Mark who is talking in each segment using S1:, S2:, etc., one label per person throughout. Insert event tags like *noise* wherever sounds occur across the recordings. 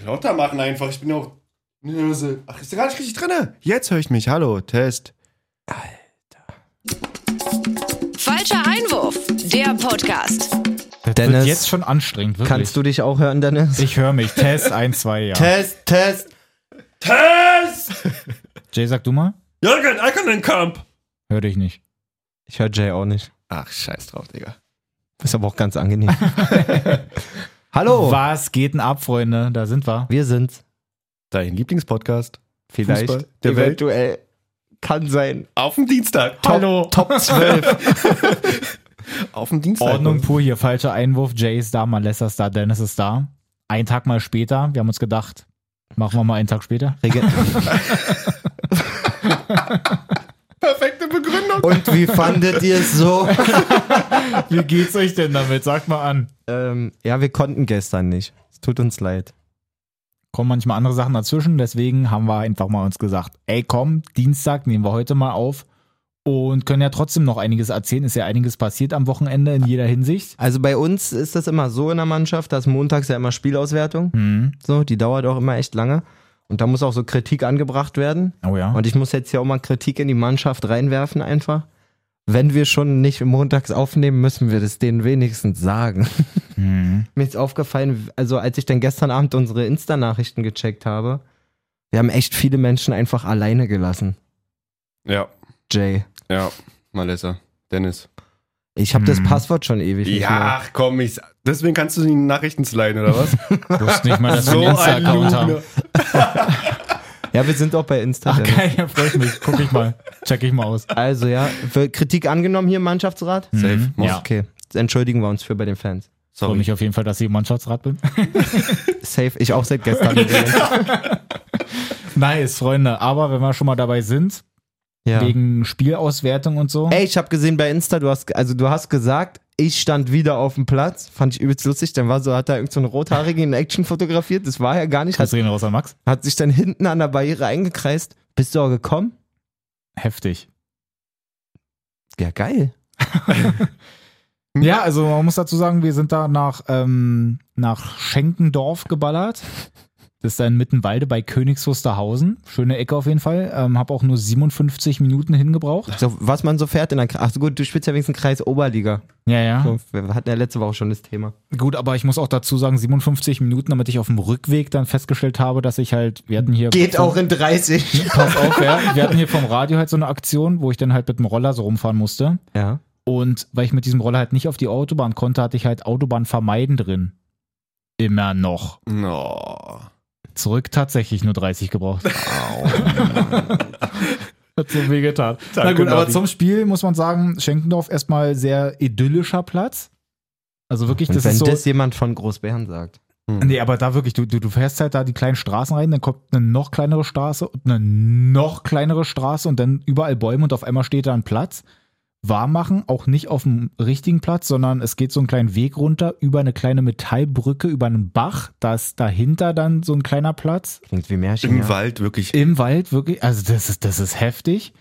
S1: Lauter machen einfach. Ich bin ja auch. Nöse. Ach, ist da gar nicht richtig drinne.
S2: Jetzt höre ich mich. Hallo, Test.
S3: Falscher Einwurf, der Podcast.
S4: Das
S5: Dennis,
S4: wird jetzt schon anstrengend, wirklich.
S5: Kannst du dich auch hören, Dennis?
S4: Ich höre mich. Test 1, 2, ja.
S2: Test, Test.
S1: Test!
S4: Jay, sag du mal.
S1: Jürgen Eikenenkamp!
S4: Hör dich nicht.
S5: Ich höre Jay auch nicht.
S2: Ach, scheiß drauf, Digga.
S5: Ist aber auch ganz angenehm. *laughs*
S4: Oh.
S5: Hallo,
S4: Was geht denn ab, Freunde? Da sind wir.
S5: wir sind's.
S2: Dein Lieblingspodcast.
S5: Vielleicht
S2: Fußball der Welt.
S5: eventuell. Kann sein.
S2: Auf dem Dienstag.
S4: Hallo.
S5: Top 12.
S2: *laughs* Auf dem Dienstag.
S4: Ordnung pur hier. Falscher Einwurf. Jay ist da, Malessa ist da, Dennis ist da. Ein Tag mal später. Wir haben uns gedacht, machen wir mal einen Tag später.
S5: *laughs*
S2: Perfekte Begründung.
S5: Und wie fandet ihr es so?
S4: Wie geht's euch denn damit? Sagt mal an.
S5: ähm, ja, wir konnten gestern nicht. Es tut uns leid.
S4: Kommen manchmal andere Sachen dazwischen. Deswegen haben wir einfach mal uns gesagt, ey komm, Dienstag nehmen wir heute mal auf. Und können ja trotzdem noch einiges erzählen. Ist ja einiges passiert am Wochenende in jeder Hinsicht.
S5: Also bei uns ist das immer so in der Mannschaft, dass montags ja immer Spielauswertung.
S4: Hm.
S5: So, die dauert auch immer echt lange. Und da muss auch so Kritik angebracht werden.
S4: Oh ja.
S5: Und ich muss jetzt hier auch mal Kritik in die Mannschaft reinwerfen einfach. Wenn wir schon nicht montags aufnehmen, müssen wir das denen wenigstens sagen. *laughs*
S4: Hm.
S5: Mir ist aufgefallen, also als ich dann gestern Abend unsere Insta-Nachrichten gecheckt habe, wir haben echt viele Menschen einfach alleine gelassen.
S2: Ja,
S5: Jay,
S2: ja. Malessa. Dennis.
S5: ich habe das
S4: Hm.
S5: Passwort schon ewig nicht mehr.
S2: Ja, ach komm, ich. Deswegen kannst du die Nachrichten sliden, oder *laughs* was?
S4: Wusste nicht mal, dass wir einen Insta-Account haben.
S2: Lügner.
S5: Ja, wir sind auch bei Insta.
S4: Ach
S5: Dennis.
S4: geil, ja, freut mich. Guck ich mal. Check ich mal aus.
S5: Also ja, wird Kritik angenommen hier im Mannschaftsrat?
S2: Safe. Muss-
S4: Ja,
S5: Okay, jetzt entschuldigen wir uns für bei den Fans.
S4: freue mich auf jeden Fall, dass ich im Mannschaftsrat bin.
S5: Safe, ich auch seit gestern.
S4: *laughs* nice, Freunde. Aber wenn wir schon mal dabei sind,
S5: ja.
S4: wegen Spielauswertung und so.
S5: Ey, ich habe gesehen bei Insta, du hast, also du hast gesagt, ich stand wieder auf dem Platz. Fand ich übelst lustig. Dann war so, hat da irgendein so ein Rothaariger in Action fotografiert. Das war ja gar nicht.
S4: Grüße
S5: Hat,
S4: gehen raus an Max.
S5: hat sich dann hinten an der Barriere eingekreist. Bist du auch gekommen?
S4: Heftig.
S5: Ja, geil.
S4: Ja, also man muss dazu sagen, wir sind da nach, ähm, nach Schenkendorf geballert. Das ist dann Mittenwalde bei Königs Wusterhausen. Schöne Ecke auf jeden Fall. Ähm, hab auch nur 57 Minuten hingebraucht.
S5: So, was man so fährt in der Kreis. Ach so, gut, du spielst ja wenigstens Kreis Oberliga.
S4: Ja, ja.
S5: So, wir hatten ja letzte Woche schon das Thema.
S4: Gut, aber ich muss auch dazu sagen, 57 Minuten, damit ich auf dem Rückweg dann festgestellt habe, dass ich halt, wir hatten hier.
S5: Geht auch in 30.
S4: *laughs* Pass auf, ja. Wir hatten hier vom Radio halt so eine Aktion, wo ich dann halt mit dem Roller so rumfahren musste.
S5: Ja.
S4: Und weil ich mit diesem Roller halt nicht auf die Autobahn konnte, hatte ich halt Autobahn vermeiden drin. Immer noch.
S2: No.
S4: Zurück tatsächlich nur 30 gebraucht. *laughs* Hat so weh getan. Na gut,
S2: Navi.
S4: aber zum Spiel muss man sagen, Schenkendorf erstmal sehr idyllischer Platz. Also wirklich,
S5: Und
S4: das
S5: wenn
S4: ist so.
S5: das jemand von Großbären sagt.
S4: Nee, aber da wirklich, du, du, du fährst halt da die kleinen Straßen rein, dann kommt eine noch kleinere Straße und eine noch kleinere Straße und dann überall Bäume und auf einmal steht da ein Platz. Warm machen, auch nicht auf dem richtigen Platz, sondern es geht so einen kleinen Weg runter über eine kleine Metallbrücke, über einen Bach. Da ist dahinter dann so ein kleiner Platz.
S5: Klingt wie Märchen.
S2: Im
S5: ja.
S2: Wald, wirklich.
S4: Im Wald, wirklich. Also, das ist, das ist heftig.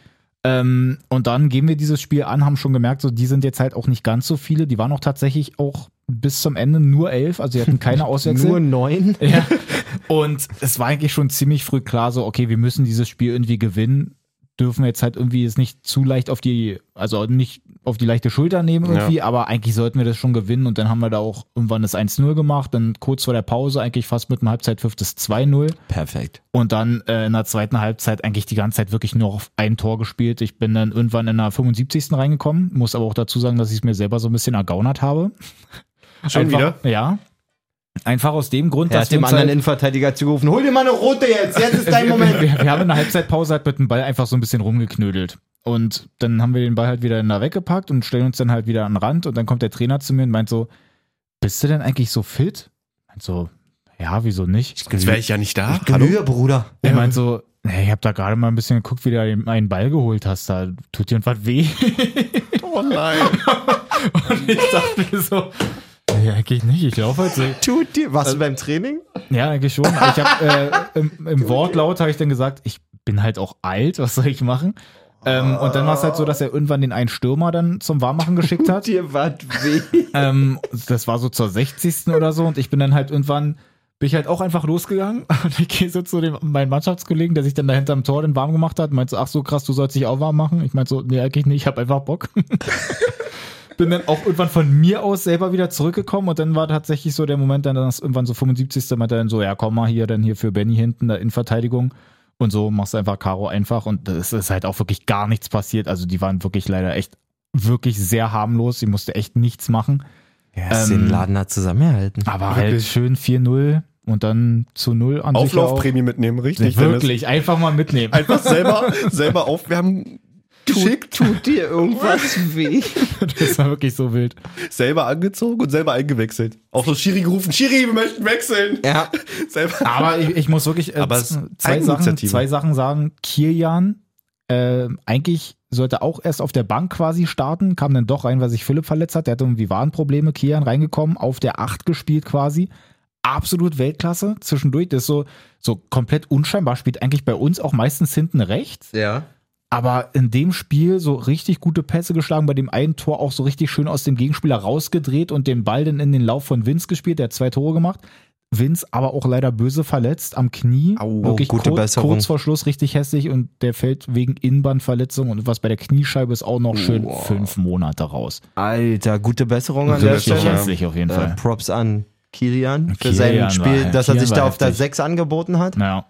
S4: Ähm, und dann gehen wir dieses Spiel an, haben schon gemerkt, so die sind jetzt halt auch nicht ganz so viele. Die waren auch tatsächlich auch bis zum Ende nur elf, also die hatten keine Auswechsel.
S5: Nur neun?
S4: Ja. *laughs* Und es war eigentlich schon ziemlich früh klar, so, okay, wir müssen dieses Spiel irgendwie gewinnen. Dürfen wir jetzt halt irgendwie es nicht zu leicht auf die, also nicht auf die leichte Schulter nehmen irgendwie, aber eigentlich sollten wir das schon gewinnen und dann haben wir da auch irgendwann das 1-0 gemacht, dann kurz vor der Pause eigentlich fast mit einem Halbzeitpfiff das 2-0
S5: Perfekt.
S4: und dann äh, in der zweiten Halbzeit eigentlich die ganze Zeit wirklich nur auf ein Tor gespielt. Ich bin dann irgendwann in der 75. reingekommen, muss aber auch dazu sagen, dass ich es mir selber so ein bisschen ergaunert habe.
S2: Schon wieder?
S4: Ja. Einfach aus dem Grund,
S5: Er
S4: dass
S5: hat
S4: wir
S5: dem
S4: uns
S5: anderen
S4: halt-
S5: Innenverteidiger zugerufen, hol dir mal eine rote jetzt, jetzt *laughs* ist dein Moment.
S4: wir, wir haben in der Halbzeitpause halt mit dem Ball einfach so ein bisschen rumgeknödelt. Und dann haben wir den Ball halt wieder da weggepackt und stellen uns dann halt wieder an den Rand. Und dann kommt der Trainer zu mir und meint so, bist du denn eigentlich so fit? Meint so, ja, wieso nicht?
S2: Sonst wäre ich ja nicht da.
S5: Glühe, Bruder.
S4: Er meint so, "Hey, ich hab da gerade mal ein bisschen geguckt, wie du den- einen Ball geholt hast. Da tut dir was weh.
S2: Oh nein.
S4: *laughs* Und ich dachte mir so, nee, eigentlich nicht. Ich laufe halt so.
S5: Tut dir. Warst du beim Training?
S4: Ja, eigentlich schon. Aber ich hab, äh, im, im Wortlaut habe ich dann gesagt, ich bin halt auch alt, was soll ich machen? Ähm, und dann war es halt so, dass er irgendwann den einen Stürmer dann zum Warmmachen geschickt hat.
S5: Dir was weh.
S4: ähm, das war so zur 60. oder so und ich bin dann halt irgendwann bin ich halt auch einfach losgegangen *laughs* und ich gehe so zu dem, meinem Mannschaftskollegen, der sich dann da hinterm Tor dann warm gemacht hat, meint so, ach so krass, du sollst dich auch warm machen. Ich meinte so, nee, eigentlich nicht, ich habe einfach Bock. *laughs* bin dann auch irgendwann von mir aus selber wieder zurückgekommen und dann war tatsächlich so der Moment, dann dass irgendwann so 75. meinte dann so, ja komm mal hier, dann hier für Benny hinten, da in Verteidigung. Und so machst du einfach Karo einfach und es ist halt auch wirklich gar nichts passiert. Also die waren wirklich leider echt, wirklich sehr harmlos. Sie musste echt nichts machen.
S5: Ja,
S4: Ähm,
S5: den Laden da zusammenhalten.
S4: Aber halt schön 4-0 und dann zu 0 an sich auch.
S2: Auflaufprämie mitnehmen, richtig? Dennis?
S4: Wirklich, einfach mal mitnehmen.
S2: Einfach *laughs*
S5: *laughs*
S2: selber, selber aufwärmen, geschickt,
S5: Tut dir irgendwas weh?
S4: Das war wirklich so wild.
S2: selber angezogen und selber eingewechselt. Auch so Schiri gerufen, Schiri, wir möchten wechseln.
S5: Ja, Ah,
S2: Selber.
S4: Aber ich, ich muss wirklich äh,
S2: Aber es ist
S4: z- zwei, Sachen,
S2: Eigeninitiative.
S4: zwei Sachen sagen. Kirjan äh, eigentlich sollte auch erst auf der Bank quasi starten, kam dann doch rein, weil sich Philipp verletzt hat. Der hatte irgendwie Warenprobleme. Kirjan reingekommen, auf der 8 gespielt quasi. Absolut Weltklasse. Zwischendurch, das ist so, so komplett unscheinbar, spielt eigentlich bei uns auch meistens hinten rechts.
S5: ja.
S4: Aber in dem Spiel so richtig gute Pässe geschlagen, bei dem einen Tor auch so richtig schön aus dem Gegenspieler rausgedreht und den Ball dann in den Lauf von Vince gespielt, der hat zwei Tore gemacht. Vince aber auch leider böse verletzt am Knie.
S5: Au,
S4: Wirklich
S5: gute
S4: kurz,
S5: Besserung.
S4: kurz vor Schluss richtig hässlich und der fällt wegen Innenbandverletzung und was bei der Kniescheibe ist auch noch schön
S5: Wow.
S4: fünf Monate raus.
S5: Alter, gute Besserung an der
S4: Richtig
S5: Stelle.
S4: hässlich Also auf jeden
S5: Äh,
S4: Fall.
S5: Props an Kilian für
S4: Kilian
S5: sein
S4: war-
S5: Spiel, dass er
S4: Kilian
S5: sich da
S4: war
S5: auf der
S4: heftig.
S5: 6 angeboten hat.
S4: Naja.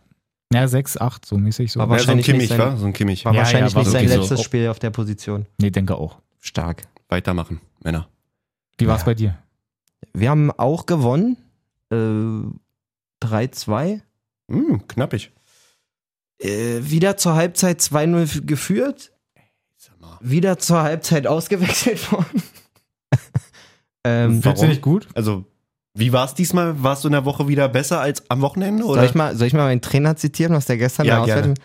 S4: Ja, sechs, acht, so mäßig so.
S5: Aber-
S2: Ja, so ein
S5: wahrscheinlich nicht Ah.
S2: Kimmich,
S5: sein-
S2: war so ein Kimmich.
S5: War
S4: Ja,
S5: wahrscheinlich
S4: ja, war
S5: nicht sein
S4: wirklich
S5: letztes
S4: so.
S5: Spiel auf der Position.
S4: nee, denke auch.
S5: Stark.
S2: Weitermachen, Männer.
S4: Wie war's bei dir?
S5: Wir haben auch gewonnen. Äh, 3-2.
S2: Hm, knappig.
S5: Äh, wieder zur Halbzeit 2-0 f- geführt.
S2: Sag mal.
S5: Wieder zur Halbzeit ausgewechselt *laughs* worden. ähm,
S4: Findest du nicht gut?
S2: Also, wie war es diesmal? Warst du in der Woche wieder besser als am Wochenende? Oder?
S5: soll, ich mal, soll ich mal meinen Trainer zitieren, was der gestern
S2: Ja,
S5: da
S2: gerne.
S5: auswertet?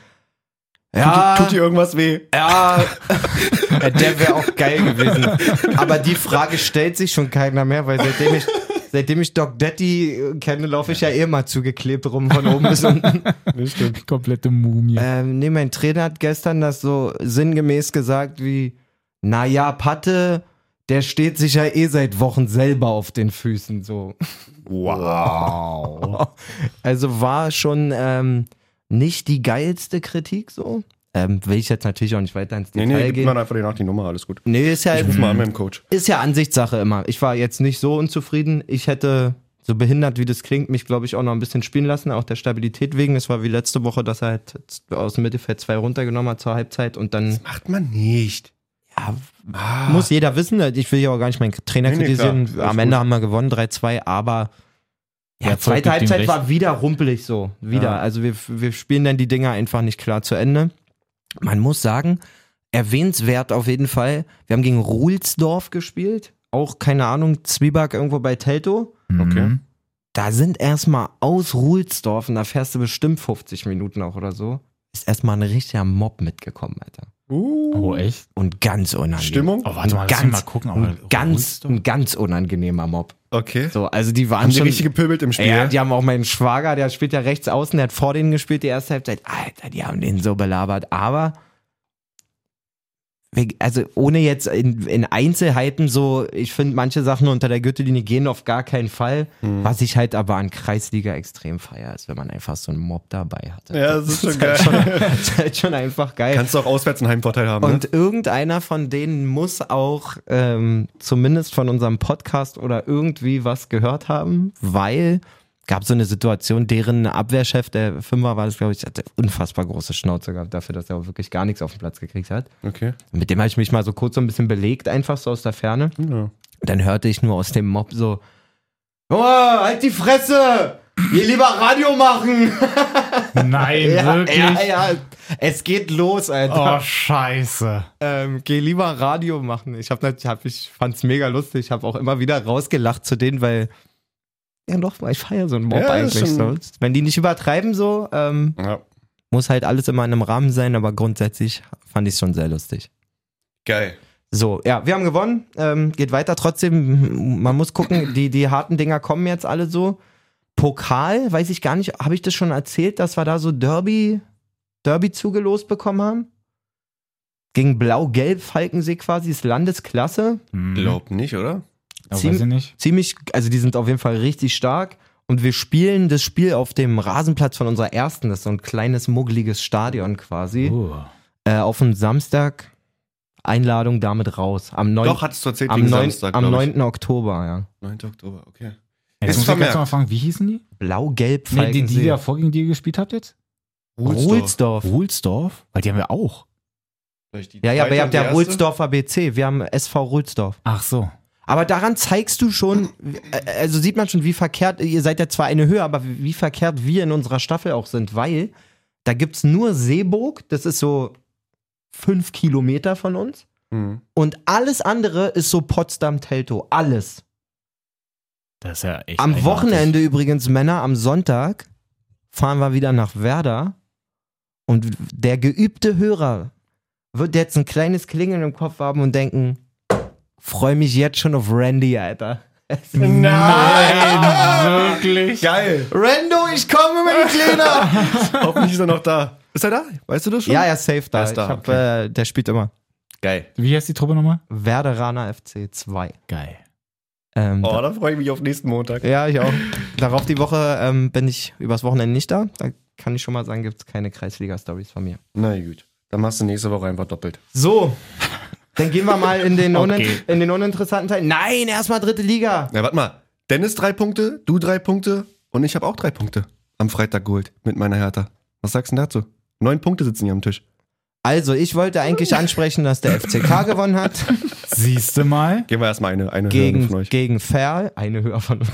S5: Ja,
S2: tut, tut dir irgendwas weh?
S5: Ja,
S2: *laughs*
S5: Ja, Äh, der wäre auch geil gewesen. Aber die Frage stellt sich schon keiner mehr, weil seitdem ich, seitdem ich Doc Daddy äh, kenne, laufe ich ja eh mal zugeklebt rum von oben bis unten.
S4: Komplette Mumie.
S5: Ähm, nee, mein Trainer hat gestern das so sinngemäß gesagt wie, naja, Patte, der steht sich ja eh seit Wochen selber auf den Füßen so.
S2: Wow.
S5: *laughs* Also war schon ähm, nicht die geilste Kritik so. Ähm, will ich jetzt natürlich auch nicht weiter ins
S2: Nee,
S5: Detail
S2: nee, gib mir
S5: gehen.
S2: einfach danach die Nummer, alles gut.
S5: Nee, ist ja
S2: Ich ruf mal an mit dem Coach.
S5: ist ja Ansichtssache immer. Ich war jetzt nicht so unzufrieden. Ich hätte, so behindert wie das klingt, mich, glaube ich, auch noch ein bisschen spielen lassen, auch der Stabilität wegen. Es war wie letzte Woche, dass er halt aus dem Mittelfeld zwei runtergenommen hat zur Halbzeit und dann
S2: Macht man nicht. Ah.
S5: muss jeder wissen, ich will ja auch gar nicht meinen Trainer
S2: Nee, nee,
S5: kritisieren.
S2: klar. Alles
S5: Am
S2: gut.
S5: Ende haben wir gewonnen, 3-2, aber ja,
S4: Ja, voll,
S5: zweite
S4: gibt ihm
S5: Halbzeit
S4: recht.
S5: war wieder rumpelig so. Wieder.
S2: Ja.
S5: Also wir, wir spielen dann die Dinger einfach nicht klar zu Ende. Man muss sagen, erwähnenswert auf jeden Fall, wir haben gegen Ruhlsdorf gespielt. Auch, keine Ahnung, Zwieback irgendwo bei Telto.
S4: Mhm.
S2: okay.
S5: Da sind erstmal aus Ruhlsdorf und da fährst du bestimmt 50 Minuten auch oder so. Ist erstmal ein richtiger Mob mitgekommen, Alter.
S2: Uh.
S4: Oh, echt?
S5: Und ganz unangenehm.
S2: Stimmung?
S4: Oh, warte mal,
S5: Ein
S4: lass mich mal gucken. aber-
S5: ein ganz,
S4: *laughs*
S5: ein ganz unangenehmer Mob.
S2: Okay.
S5: So, also die waren
S2: Haben sie
S5: schon.
S2: richtig gepöbelt im Spiel?
S5: ja, die haben auch meinen Schwager, der spielt ja rechts außen, der hat vor denen gespielt, die erste Halbzeit. Alter, die haben den so belabert. Aber, wir- also ohne jetzt in, in Einzelheiten so, ich finde manche Sachen unter der Gürtellinie gehen auf gar keinen Fall. Was ich halt aber an Kreisliga extrem feier, ist, wenn man einfach so einen Mob dabei hat.
S2: Ja, das ist schon geil.
S5: halt schon, *laughs* das ist halt schon einfach
S2: *laughs*
S5: geil.
S2: Kannst du auch auswärts einen Heimvorteil haben. ne?
S5: Und irgendeiner von denen muss auch ähm, zumindest von unserem Podcast oder irgendwie was gehört haben, weil gab so eine Situation, deren Abwehrchef, der Fünfer war das, glaube ich, hatte unfassbar große Schnauze gehabt dafür, dass er auch wirklich gar nichts auf den Platz gekriegt hat.
S2: Okay.
S5: Mit dem habe ich mich mal so kurz so ein bisschen belegt, einfach so aus der Ferne.
S2: Ja.
S5: Dann hörte ich nur aus dem Mob so, oh, halt die Fresse! Hier lieber Radio machen!
S4: Nein,
S5: *laughs* Ja,
S4: wirklich.
S5: ja, ja, es geht los, Alter.
S4: Oh, scheiße.
S5: ähm, geh lieber Radio machen. Ich hab, nat- hab ich fand's mega lustig. Ich habe auch immer wieder rausgelacht zu denen, weil ja doch, weil ich feiere so einen Mob
S2: Ja, das ist
S5: eigentlich so.
S2: schon-
S5: Wenn die nicht übertreiben so, ähm,
S2: ja.
S5: muss halt alles immer in einem Rahmen sein, aber grundsätzlich fand ich schon sehr lustig.
S2: Geil.
S5: So, ja, wir haben gewonnen. Ähm, geht weiter. Trotzdem, man muss gucken, die, die harten Dinger kommen jetzt alle so. Pokal, weiß ich gar nicht, habe ich das schon erzählt, dass wir da so Derby, Derby zugelost bekommen haben? Gegen Blau-Gelb Falkensee quasi, ist Landesklasse.
S4: Hm.
S2: Glaub nicht, oder?
S4: Aber weiß ich nicht.
S5: Ziemlich, also die sind auf jeden Fall richtig stark. Und wir spielen das Spiel auf dem Rasenplatz von unserer ersten, das ist so ein kleines, muggeliges Stadion quasi.
S4: Oh.
S5: Äh, auf den Samstag Einladung damit raus. Am 9.
S2: Doch, hattest du erzählt,
S5: am
S2: wegen
S5: 9.
S2: Samstag,
S5: am
S2: glaub ich.
S5: 9. Oktober, ja.
S2: 9. Oktober, okay.
S4: Jetzt
S2: Ist
S4: muss ich
S2: vermerkt.
S4: jetzt mal fragen, wie hießen die?
S5: Blau-Gelb
S4: Nee, die, die
S5: Falkensee.
S4: ihr davor gegen die ihr gespielt habt jetzt?
S2: Ruhlsdorf.
S5: Ruhlsdorf.
S4: Ruhlsdorf? Weil die haben wir auch.
S1: Vielleicht die
S5: Ja,
S1: zweite
S5: ja, aber ihr
S1: und
S5: habt
S1: die
S5: ja
S1: erste?
S5: Ruhlsdorfer BC, wir haben SV Ruhlsdorf.
S4: Ach so.
S5: Aber daran zeigst du schon, äh, also sieht man schon, wie verkehrt, ihr seid ja zwar eine Höhe, aber wie verkehrt wir in unserer Staffel auch sind, weil da gibt's nur Seeburg, das ist so fünf Kilometer von uns.
S1: Mhm.
S5: Und alles andere ist so Potsdam-Teltow. Alles.
S4: Das ist ja echt.
S5: Am
S4: eigenartig.
S5: Wochenende übrigens, Männer, am Sonntag fahren wir wieder nach Werder und der geübte Hörer wird jetzt ein kleines Klingeln im Kopf haben und denken, freue mich jetzt schon auf Randy, Alter.
S4: *laughs* Nein, wirklich.
S2: Geil.
S5: Rando, ich komme, mein
S2: *laughs*
S5: Kleiner!
S2: Hoffentlich ist er noch da. Ist er da? Weißt du das schon?
S5: ja, er ist safe da.
S2: Er ist da,
S5: ich hab, äh, der spielt immer.
S2: Geil.
S4: Wie heißt die Truppe nochmal?
S5: Werderaner FC 2.
S4: Geil.
S5: Ähm,
S2: Oh,
S5: da-
S2: da freue ich mich auf nächsten Montag.
S5: Ja, ich auch. Darauf die Woche ähm, bin ich übers Wochenende nicht da. Da kann ich schon mal sagen, gibt's keine Kreisliga-Stories von mir.
S1: Na gut. Dann machst du nächste Woche einfach doppelt.
S5: So, dann gehen wir mal in den, unin
S4: Okay.
S5: in den uninteressanten Teil. Nein, erstmal dritte Liga.
S2: Na, warte mal. Dennis drei Punkte, du drei Punkte und ich habe auch drei Punkte am Freitag geholt mit meiner Hertha. Was sagst du denn dazu? Neun Punkte sitzen hier am Tisch.
S5: Also, ich wollte eigentlich ansprechen, dass
S2: *laughs*
S5: der FCK gewonnen hat
S4: Siehst du mal?
S2: Gehen wir erstmal eine, eine Hörung von
S5: gegen,
S2: euch.
S5: gegen Ferl. Eine höher von
S2: *laughs*
S5: uns.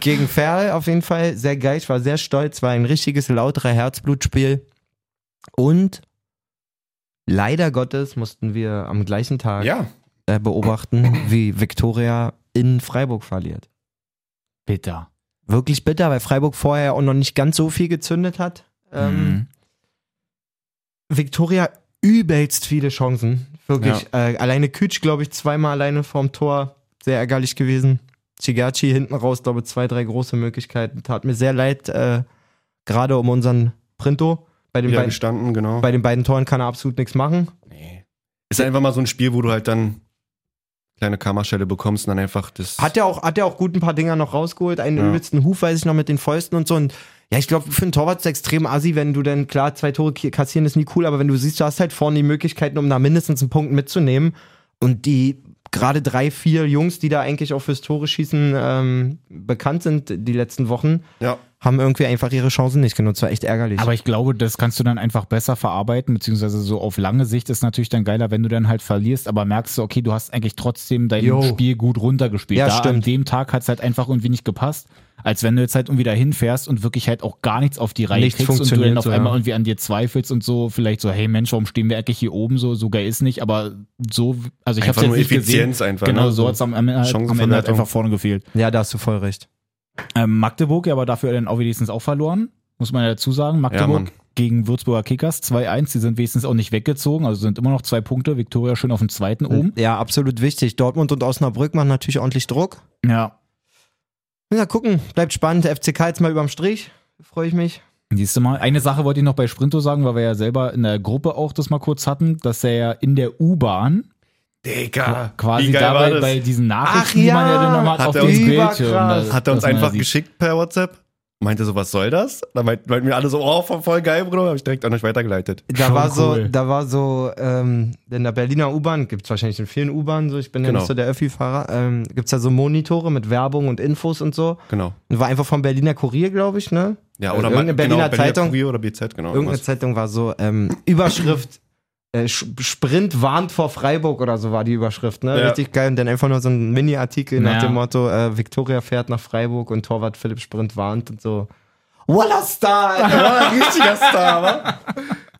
S5: gegen Ferl auf jeden Fall. Sehr geil. Ich war sehr stolz. War ein richtiges, lauterer Herzblutspiel. Und leider Gottes mussten wir am gleichen Tag
S1: Ja.
S5: äh, beobachten, wie Viktoria in Freiburg verliert.
S4: Bitter.
S5: wirklich bitter, weil Freiburg vorher auch noch nicht ganz so viel gezündet hat. Ähm,
S4: Mhm.
S5: Viktoria übelst viele Chancen. Wirklich. Äh, alleine Kütsch, glaube ich, zweimal alleine vorm Tor. Sehr ärgerlich gewesen. Chigachi hinten raus, glaube ich, zwei, drei große Möglichkeiten. Tat mir sehr leid, äh, gerade um unseren Printo. Bei den,
S2: Wieder
S5: beiden,
S2: gestanden, genau.
S5: bei den beiden Toren kann er absolut nichts machen.
S2: Nee. Ist einfach mal so ein Spiel, wo du halt dann kleine Kammerschelle bekommst und dann einfach das.
S5: Hat er auch, hat er auch gut ein paar Dinger noch rausgeholt. Einen
S2: Ja.
S5: übelsten Huf, weiß ich noch, mit den Fäusten und so. Und ja, ich glaube, für einen Torwart ist es extrem assi, wenn du dann, klar, zwei Tore ki- kassieren ist nie cool, aber wenn du siehst, du hast halt vorne die Möglichkeiten, um da mindestens einen Punkt mitzunehmen. Und die gerade drei, vier Jungs, die da eigentlich auch fürs Tore schießen ähm, bekannt sind die letzten Wochen,
S2: ja.
S5: haben irgendwie einfach ihre Chancen nicht genutzt. War echt ärgerlich.
S4: Aber ich glaube, das kannst du dann einfach besser verarbeiten, beziehungsweise so auf lange Sicht ist natürlich dann geiler, wenn du dann halt verlierst, aber merkst du, okay, du hast eigentlich trotzdem dein
S5: Jo.
S4: Spiel gut runtergespielt.
S5: Ja,
S4: da an
S5: stimmt.
S4: dem Tag hat es halt einfach irgendwie nicht gepasst, als wenn du jetzt halt irgendwie dahin fährst und wirklich halt auch gar nichts auf die Reihe
S5: Nichts
S4: kriegst und du
S5: funktioniert
S4: dann auf
S5: so, ja.
S4: einmal irgendwie an dir zweifelst und so, vielleicht so, hey Mensch, warum stehen wir eigentlich hier oben so, so geil ist nicht, aber so, also ich hab's
S2: Einfach
S4: jetzt
S2: nur
S4: nicht
S2: Effizienz
S4: gesehen.
S2: einfach,
S4: Genau,
S2: ne?
S4: so hat's am, Ende halt- am Ende halt
S2: Chancenverwertung.
S4: einfach vorne gefehlt.
S5: ja, da hast du voll recht.
S4: Ähm, Magdeburg, ja, aber dafür dann auch wenigstens auch verloren, muss man ja dazu sagen. Magdeburg
S2: Mann.
S4: gegen Würzburger Kickers 2-1, die sind wenigstens auch nicht weggezogen, also sind immer noch zwei Punkte. Viktoria schön auf dem zweiten oben.
S5: Ja, absolut wichtig. Dortmund und Osnabrück machen natürlich ordentlich Druck.
S2: Hm.
S4: Ja.
S5: Ja, gucken. Bleibt spannend. FCK jetzt mal überm Strich. Freue ich mich.
S4: Siehst du mal. Eine Sache wollte ich noch bei Sprinto sagen, weil wir ja selber in der Gruppe auch das mal kurz hatten, dass er ja in der U-Bahn
S2: Digga.
S4: quasi
S2: wie geil war
S4: dabei
S2: das?
S4: bei diesen
S5: Ach
S4: Nachrichten, die
S5: ja,
S4: man ja dann nochmal
S2: hat
S4: auf
S2: er
S4: dem
S2: uns-
S4: Bildschirm.
S5: überkrass.
S4: dass-
S2: Hat er uns
S4: dass man
S2: einfach
S4: sieht.
S2: geschickt per WhatsApp. Meinte so, was soll das? Da meinten, meinten wir alle so, oh, voll voll geil, Bruder. Hab ich direkt an euch weitergeleitet.
S5: Da
S4: Schon
S5: war so,
S4: cool.
S5: da war so, ähm, in der Berliner U-Bahn, gibt's wahrscheinlich in vielen U-Bahnen, so ich bin ja
S2: Genau.
S5: nicht so der Öffi-Fahrer, ähm, gibt's da so Monitore mit Werbung und Infos und so.
S2: Genau.
S5: Und war einfach vom Berliner Kurier, glaube ich, ne?
S2: Ja,
S5: Äh,
S2: oder
S5: irgendeine
S2: man-
S5: Berliner Zeitung.
S2: Kurier oder BZ,
S4: Oh,
S2: genau.
S5: Irgendeine
S2: irgendwas.
S5: Zeitung war so, ähm, Überschrift, äh, Sch- Sprint warnt vor Freiburg oder so war die Überschrift, ne?
S2: Ja.
S5: Richtig geil. Und dann einfach nur so ein Mini-Artikel nach
S4: Ja.
S5: dem Motto, äh, Viktoria fährt nach Freiburg und Torwart Philipp Sprint warnt und so. Walla Star!
S2: *laughs*
S5: Alter.
S2: Ja, ein richtiger Star, wa?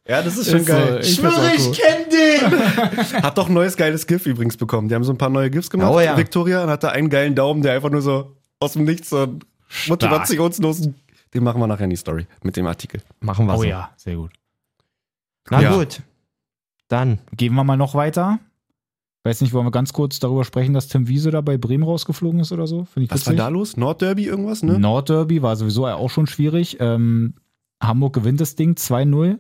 S2: Ja, das ist schon
S4: Ist so,
S2: geil.
S4: ich
S2: find's auch
S5: Schwöre,
S2: cool.
S5: ich kenn
S2: *laughs*
S5: den!
S2: Hat doch ein neues geiles GIF übrigens bekommen. Die haben so ein paar neue GIFs gemacht.
S5: Oh ja.
S2: Victoria und hat da einen geilen Daumen, der einfach nur so aus dem Nichts so einen motivationslosen. Den machen wir nachher in die Story mit dem Artikel.
S5: Machen wir
S4: Oh
S5: so.
S4: ja, sehr gut.
S5: Na
S2: Ja.
S5: gut. Dann.
S4: Gehen wir mal noch weiter. Weiß nicht, wollen wir ganz kurz darüber sprechen, dass Tim Wiese da bei Bremen rausgeflogen ist oder so? Finde ich
S2: Was war
S4: witzig.
S2: da los? Nordderby irgendwas, ne?
S4: Nordderby war sowieso ja auch schon schwierig. Ähm, Hamburg gewinnt das Ding 2-0.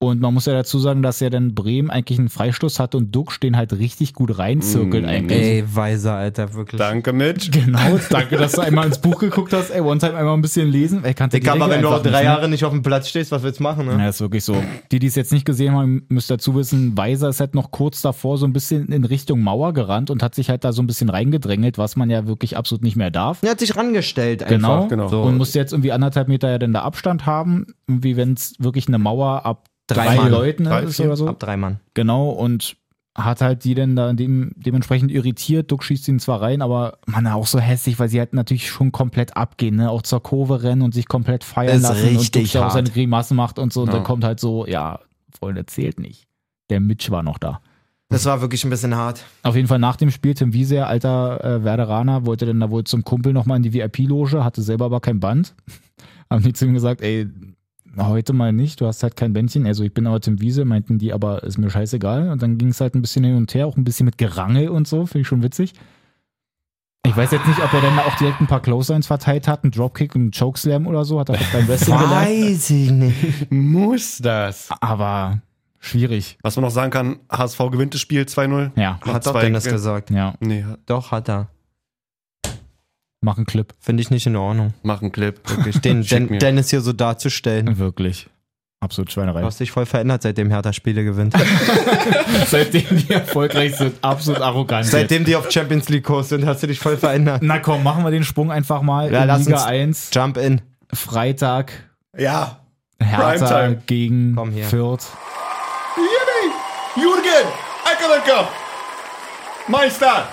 S4: Und man muss ja dazu sagen, dass ja dann Bremen eigentlich einen Freistoß hatte und Duck den halt richtig gut reinzirkelt
S2: Mm,
S4: eigentlich.
S5: Ey, weiser, Alter, wirklich.
S2: Danke, Mitch.
S4: *laughs* Genau, danke, dass du einmal ins Buch geguckt hast. Ey, One Time einmal ein bisschen lesen. Ey, kannte die
S5: Digga, aber
S4: Regel
S5: wenn du auch
S4: einfach
S5: drei
S4: nicht, ne?
S5: Jahre nicht auf dem Platz stehst, was willst du machen, ne?
S4: Ja, ist wirklich so. Die, die es jetzt nicht gesehen haben, müsst dazu wissen, Weiser ist halt noch kurz davor so ein bisschen in Richtung Mauer gerannt und hat sich halt da so ein bisschen reingedrängelt, was man ja wirklich absolut nicht mehr darf.
S5: Er hat sich rangestellt einfach.
S4: Genau.
S2: genau.
S5: So.
S4: Und musste jetzt irgendwie anderthalb Meter ja dann da Abstand haben, wie wenn es wirklich eine Mauer ab
S5: Drei
S4: drei,
S5: Mann.
S4: Leuten
S2: Drei,
S4: ist
S2: vier,
S4: oder so.
S5: Ab drei Mann.
S4: Genau, und hat halt die denn da dem, dementsprechend irritiert. Duck schießt ihn zwar rein, aber man auch so hässlich, weil sie halt natürlich schon komplett abgehen, ne? Auch zur Kurve rennen und sich komplett feiern
S5: Ist
S4: lassen und Duck
S5: richtig
S4: da auch
S5: hart.
S4: seine Grimassen macht und so. Und
S2: Ja.
S4: dann kommt halt so, ja, Freunde, zählt nicht. Der Mitch war noch da.
S5: Das war wirklich ein bisschen hart.
S4: Auf jeden Fall nach dem Spiel, Tim Wieser, alter äh, Werderaner, wollte dann da wohl zum Kumpel nochmal in die VIP-Loge, hatte selber aber kein Band. *laughs* Haben die zu ihm gesagt, ey, heute mal nicht, du hast halt kein Bändchen. Also ich bin aber Tim Wiese, meinten die, aber ist mir scheißegal. Und dann ging es halt ein bisschen hin und her, auch ein bisschen mit Gerangel und so, finde ich schon witzig. Ich weiß jetzt nicht, ob er dann auch direkt ein paar Close-Lines verteilt hat, einen Dropkick und einen Chokeslam oder so, hat er beim Wrestling gelernt.
S5: Weiß ich
S2: *laughs*
S5: nicht.
S2: Muss das.
S4: Aber schwierig,
S2: Was man noch sagen kann, HSV gewinnt das Spiel 2-0.
S4: ja,
S2: Mit
S5: *laughs* Hat doch
S2: zwei-
S5: Dennis gesagt.
S4: ja,
S2: Nee,
S5: Doch, hat er.
S4: mach einen Clip,
S5: Finde ich nicht in Ordnung.
S2: mach einen Clip.
S5: Wirklich,
S4: *laughs*
S5: den
S2: Schick
S5: Den
S2: mir.
S5: Dennis hier so darzustellen.
S4: wirklich. Absolut
S5: Du
S4: Schweinerei.
S5: hast dich voll verändert, seitdem Hertha Spiele gewinnt.
S4: Seitdem die erfolgreich sind, absolut arrogant.
S5: *laughs* seitdem die auf Champions League Kurs sind, hast du dich voll verändert.
S4: Na komm, machen wir den Sprung einfach mal.
S5: Ja,
S4: in
S5: lass
S4: Liga
S5: uns-
S4: 1,
S5: Jump in.
S4: Freitag,
S1: Ja.
S4: Hertha
S1: Primetime.
S4: gegen
S5: Komm hier.
S4: Fürth.
S1: Yippie! Jürgen! Eckerlecker! Meister!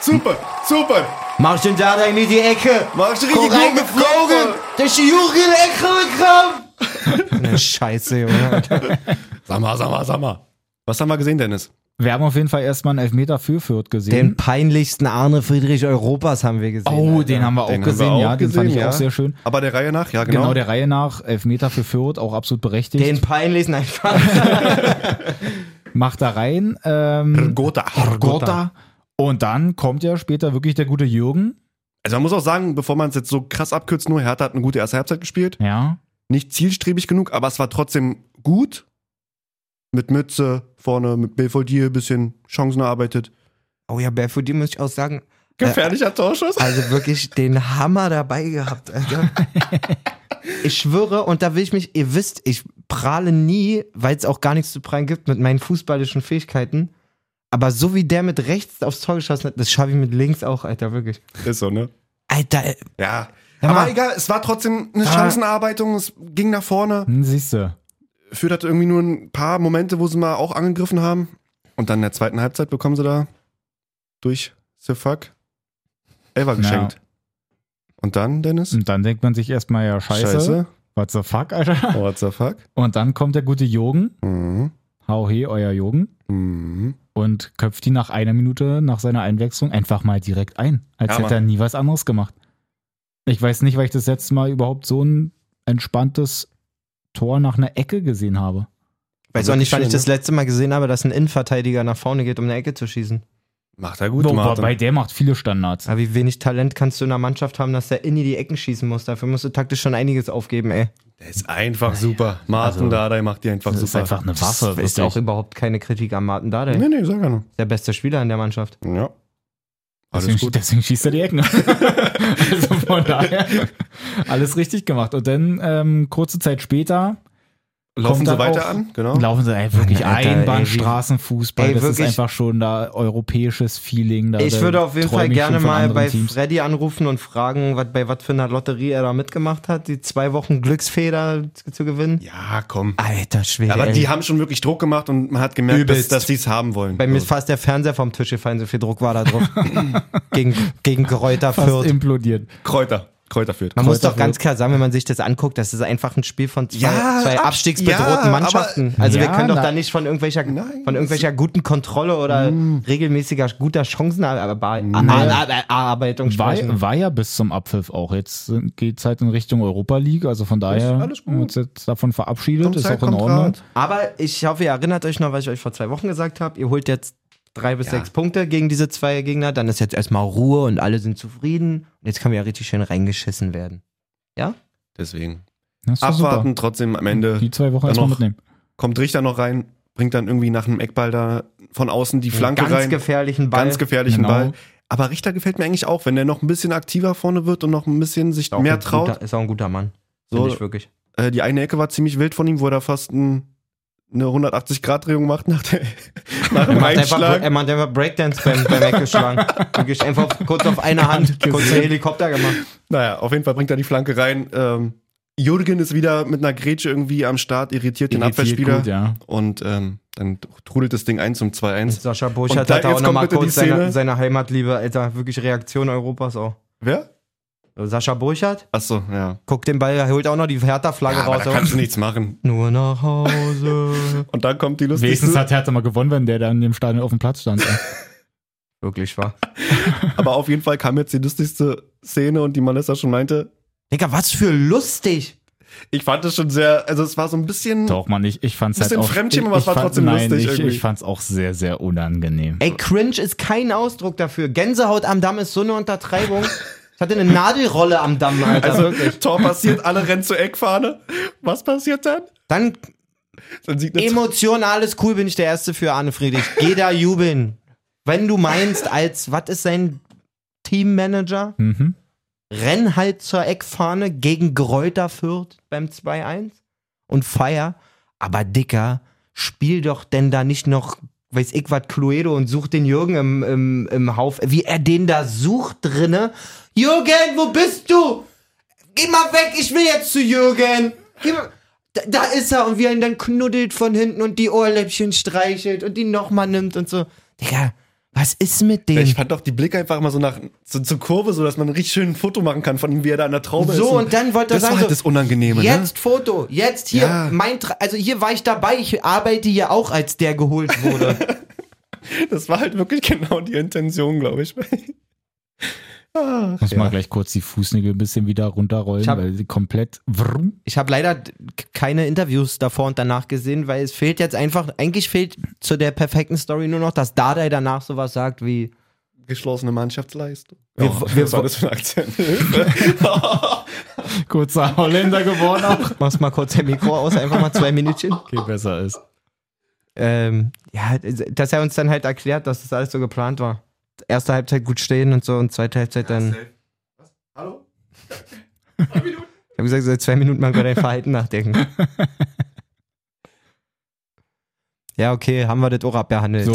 S1: Super, super!
S5: Mach schon da in die Ecke.
S1: Machst du
S5: Komm
S1: richtig gut geflogen!
S5: Durch die Jugend Ecke gekommen. *laughs* Eine Scheiße, Junge.
S2: Sag mal, sag mal, sag mal. Was haben wir gesehen, Dennis?
S4: Wir haben auf jeden Fall erstmal einen Elfmeter für Fürth
S5: Den
S4: gesehen.
S5: peinlichsten Arne Friedrich Europas haben wir gesehen.
S4: oh,
S5: Alter.
S4: den haben wir auch
S2: Den haben wir
S4: gesehen,
S2: auch
S4: ja, den fand
S2: gesehen,
S4: ich
S2: ja.
S4: auch sehr schön.
S2: Aber der Reihe nach, ja,
S4: Genau.
S2: genau.
S4: der Reihe nach, Elfmeter für Fürth, auch absolut berechtigt.
S5: Den peinlichsten einfach.
S4: Macht da rein. Ähm,
S2: Gotha.
S4: Gotta. Und dann kommt ja später wirklich der gute Jürgen.
S2: Also man muss auch sagen, bevor man es jetzt so krass abkürzt, nur Hertha hat eine gute erste Halbzeit gespielt.
S4: Ja.
S2: Nicht zielstrebig genug, aber es war trotzdem gut. Mit Mütze, vorne mit Belfodil, bisschen Chancen erarbeitet.
S5: *laughs* Oh ja, Barefoot, die muss ich auch sagen.
S2: Gefährlicher Torschuss.
S5: Also wirklich den Hammer dabei gehabt, *laughs* Alter. Ich schwöre, und da will ich mich, ihr wisst, ich prahle nie, weil es auch gar nichts zu prallen gibt mit meinen fußballischen Fähigkeiten. Aber so wie der mit rechts aufs Tor geschossen hat, das schaffe ich mit links auch, Alter, wirklich.
S2: Ist so, ne?
S5: Alter, ey,
S2: Ja.
S5: Sag mal.
S2: Aber egal, es war trotzdem eine
S4: Ah.
S5: Sag mal.
S2: Chancenarbeitung, es ging nach vorne.
S4: Hm, Siehst du.
S2: Fürth hatte irgendwie nur ein paar Momente, wo sie mal auch angegriffen haben. Und dann in der zweiten Halbzeit bekommen sie da durch The Fuck Elfer geschenkt. Und dann, Dennis?
S4: Und dann denkt man sich erstmal, ja, Hm, scheiße. What the fuck, Alter?
S2: What the fuck?
S4: Und dann kommt der gute Jürgen.
S2: Mhm.
S4: Hau he, euer Jürgen.
S2: Mhm.
S4: und köpft die nach einer Minute nach seiner Einwechslung einfach mal direkt ein, als
S2: Ja,
S4: hätte er nie was anderes gemacht. Ich weiß nicht, weil ich das letzte Mal überhaupt so ein entspanntes Tor nach einer Ecke gesehen habe.
S5: weiß auch nicht, wann ich
S2: Wirklich
S5: das letzte Mal gesehen habe, dass ein Innenverteidiger nach vorne geht, um eine Ecke zu schießen.
S2: Macht er gut,
S4: Boah,
S2: Martin.
S4: Wobei der macht viele Standards.
S5: Aber wie wenig Talent kannst du in einer Mannschaft haben, dass der Inni die Ecken schießen muss? Dafür musst du taktisch schon einiges aufgeben, ey.
S2: Der ist einfach super. Martin
S4: Also,
S2: Dardai macht die einfach
S4: Das ist
S2: super.
S4: einfach eine
S5: Das
S4: Waffe.
S5: ist
S4: wirklich.
S5: auch überhaupt keine Kritik am Martin Dardai.
S2: nee, nee, sag ja noch.
S5: Der beste Spieler in der Mannschaft.
S2: Ja. Alles
S4: Deswegen,
S2: gut.
S4: deswegen schießt er die Ecken. *laughs* also von daher alles richtig gemacht. Und dann ähm, kurze Zeit später
S2: Laufen
S4: kommt
S2: sie
S4: dann
S2: weiter
S4: auch-
S2: an, genau.
S4: laufen sie ey, wirklich
S5: Alter, ey, wie-
S4: Einbahnstraßenfußball.
S5: Ey,
S4: das
S5: wirklich.
S4: ist einfach schon da europäisches Feeling. Da,
S5: Ich
S4: da
S5: würde auf jeden
S4: träum
S5: Fall
S4: ich schon
S5: gerne
S4: von
S5: mal
S4: anderen
S5: bei
S4: Teams.
S5: Freddy anrufen und fragen, was, bei was für einer Lotterie er da mitgemacht hat, die zwei Wochen Glücksfeder zu, zu gewinnen.
S2: ja, komm.
S5: Alter Schwede.
S2: Aber
S5: ey.
S2: die haben schon wirklich Druck gemacht und man hat gemerkt, dass,
S5: Übelst.
S2: dass die es haben wollen. Also
S5: bei mir ist fast der Fernseher vom Tisch gefallen, so viel Druck war
S2: *laughs*
S5: da drauf. gegen, gegen Geräuter
S4: fast
S5: Fürth.
S4: implodiert.
S2: Kräuter. Kräuter führt.
S5: Man muss
S4: Kräuter
S5: doch ganz klar sagen, wenn man sich das anguckt, das ist einfach ein Spiel von zwei,
S2: Ja,
S5: zwei
S2: ab-
S5: abstiegsbedrohten
S2: ja,
S5: Mannschaften. Also wir
S4: Ja,
S5: können doch
S4: na-
S5: da nicht von irgendwelcher,
S2: Nein, Hm.
S5: von irgendwelcher guten Kontrolle oder regelmäßiger guter Chancenarbeitung
S4: War,
S5: sprechen.
S4: war ja bis zum Abpfiff auch. Jetzt geht es halt in Richtung Europa League. Also von daher
S2: Ist alles gut.
S4: wird's jetzt davon verabschiedet.
S2: Kommt
S4: ist
S2: Zeit,
S4: auch in
S2: kommt
S4: Ordnung.
S2: Rat.
S5: Aber ich hoffe, ihr erinnert euch noch, was ich euch vor zwei Wochen gesagt habe. Ihr holt jetzt drei bis
S2: Ja.
S5: sechs Punkte gegen diese zwei Gegner. Dann ist jetzt erstmal Ruhe und alle sind zufrieden. Und jetzt kann wir ja richtig schön reingeschissen werden.
S2: Deswegen.
S4: Das ist doch
S2: Abwarten, trotzdem am Ende.
S4: Die zwei Wochen
S2: Dann
S4: erstmal
S2: noch
S4: mitnehmen.
S2: kommt Richter noch rein, bringt dann irgendwie nach einem Eckball da von außen die Flanke
S5: Ganz
S2: rein.
S5: gefährlichen Ball.
S2: Ganz gefährlichen
S4: Genau.
S2: Ball. Aber Richter gefällt mir eigentlich auch, wenn der noch ein bisschen aktiver vorne wird und noch ein bisschen sich
S5: Auch
S2: mehr
S5: ein
S2: traut.
S5: Guter, ist auch ein guter Mann.
S2: So.
S5: Finde ich wirklich.
S2: Äh, die eine Ecke war ziemlich wild von ihm, wo er da fast ein, eine 180-Grad-Drehung macht nach, der, *laughs* nach dem
S5: Macht einfach,
S2: Einschlag.
S5: er macht einfach Breakdance beim, beim Eckeschlagen. Wirklich einfach kurz auf eine
S2: *laughs*
S5: Hand, kurz einen Helikopter gemacht.
S2: Naja, auf jeden Fall bringt er die Flanke rein. Ähm, Jürgen ist wieder mit einer Grätsche irgendwie am Start, irritiert den
S4: Irritiert
S2: Abwehrspieler.
S4: gut, ja.
S2: Und ähm, dann trudelt das Ding ein zum 2-1.
S5: Sascha
S2: Und
S5: Burchardt
S2: da-
S5: hat
S2: jetzt
S5: da auch
S2: kommt
S5: nochmal
S2: bitte die
S5: kurz
S2: Szene.
S5: seine, seine Heimatliebe, Alter. Wirklich Reaktion Europas auch.
S2: Wer?
S5: Sascha Burchardt
S2: Achso, ja.
S5: guckt den Ball, er holt auch noch die Hertha-Flagge
S2: ja aber
S5: raus.
S2: da kannst du nichts machen.
S5: Nur nach
S2: *laughs*
S5: Hause.
S2: Und dann kommt die
S4: Wenigstens
S2: lustigste,
S4: hat Hertha mal gewonnen, wenn der da in dem Stadion auf dem Platz stand.
S5: Hm.
S4: ey.
S5: Wirklich wahr.
S2: aber auf jeden Fall kam jetzt die lustigste Szene und die Malessa schon meinte,
S5: Digga, was für lustig.
S2: ich fand es schon sehr, also es war so ein bisschen,
S4: Doch, man, ich, ich fand's halt
S2: Bisschen
S4: auch...
S2: Fremdschämen,
S4: ich-
S2: aber es
S4: ich
S2: war
S4: fand-
S2: trotzdem
S4: nein,
S2: lustig
S4: ich,
S2: irgendwie.
S4: ich fand's auch sehr, sehr unangenehm.
S5: Ey, cringe ist kein Ausdruck dafür. Gänsehaut am Damm ist so
S2: *laughs*
S5: eine Untertreibung. Ich hatte eine Nadelrolle am Damm, Alter,
S2: also
S5: wirklich.
S2: Tor passiert, alle rennen zur Eckfahne. Was passiert dann?
S5: Dann
S2: Dann sieht eine
S5: emotional alles cool, bin ich der Erste für Arne Friedrich. Geh da jubeln. Wenn du meinst, als, was ist sein Teammanager?
S4: Mhm.
S5: Renn halt zur Eckfahne gegen Gräuter Fürth beim 2-1 und feier. Aber Dicker, spiel doch denn da nicht noch, weiß ich was, Cluedo und such den Jürgen im, im, im Hauf. Wie er den da sucht drinne. Jürgen, wo bist du? Geh mal weg, ich will jetzt zu Jürgen. Geh mal. Da, da ist er und wie er ihn dann knuddelt von hinten und die Ohrläppchen streichelt und die nochmal nimmt und so. Digga, was ist mit dem?
S2: ich fand doch die Blicke einfach immer so nach so, zur Kurve, so dass man richtig schön ein Foto machen kann von ihm, wie er da an der Traube ist.
S5: So, und dann wollte er
S2: das
S5: sagen,
S2: war halt
S5: so,
S2: das Unangenehme,
S5: Jetzt Foto, jetzt hier
S2: Ja.
S5: mein, Tra also hier war ich dabei, ich arbeite hier auch, als der geholt wurde.
S2: ne? Das war halt wirklich *laughs* genau die Intention, glaube ich. Ach,
S4: Muss
S2: ja.
S4: mal gleich kurz die Fußnägel ein bisschen wieder runterrollen,
S5: Ich hab-
S4: weil sie komplett... Wrum.
S5: ich habe leider k- keine Interviews davor und danach gesehen, weil es fehlt jetzt einfach, eigentlich fehlt zu der perfekten Story nur noch, dass Dardai danach sowas sagt wie,
S2: geschlossene Mannschaftsleistung.
S5: Wir-
S2: Ja,
S5: wir-
S2: was war das für ein Akzent? *laughs*
S4: Kurzer Holländer geworden auch.
S5: machst mal kurz dein Mikro aus, einfach mal zwei Minütchen.
S4: *laughs* Okay, besser ist.
S5: Ähm, ja, dass er uns dann halt erklärt, dass das alles so geplant war. Erste Halbzeit gut stehen und so und zweite Halbzeit dann. *laughs*
S1: Hallo?
S5: Ich habe gesagt, seit zwei Minuten mal über dein Verhalten *laughs* nachdenken. ja, okay, haben wir das auch abbehandelt.
S4: So.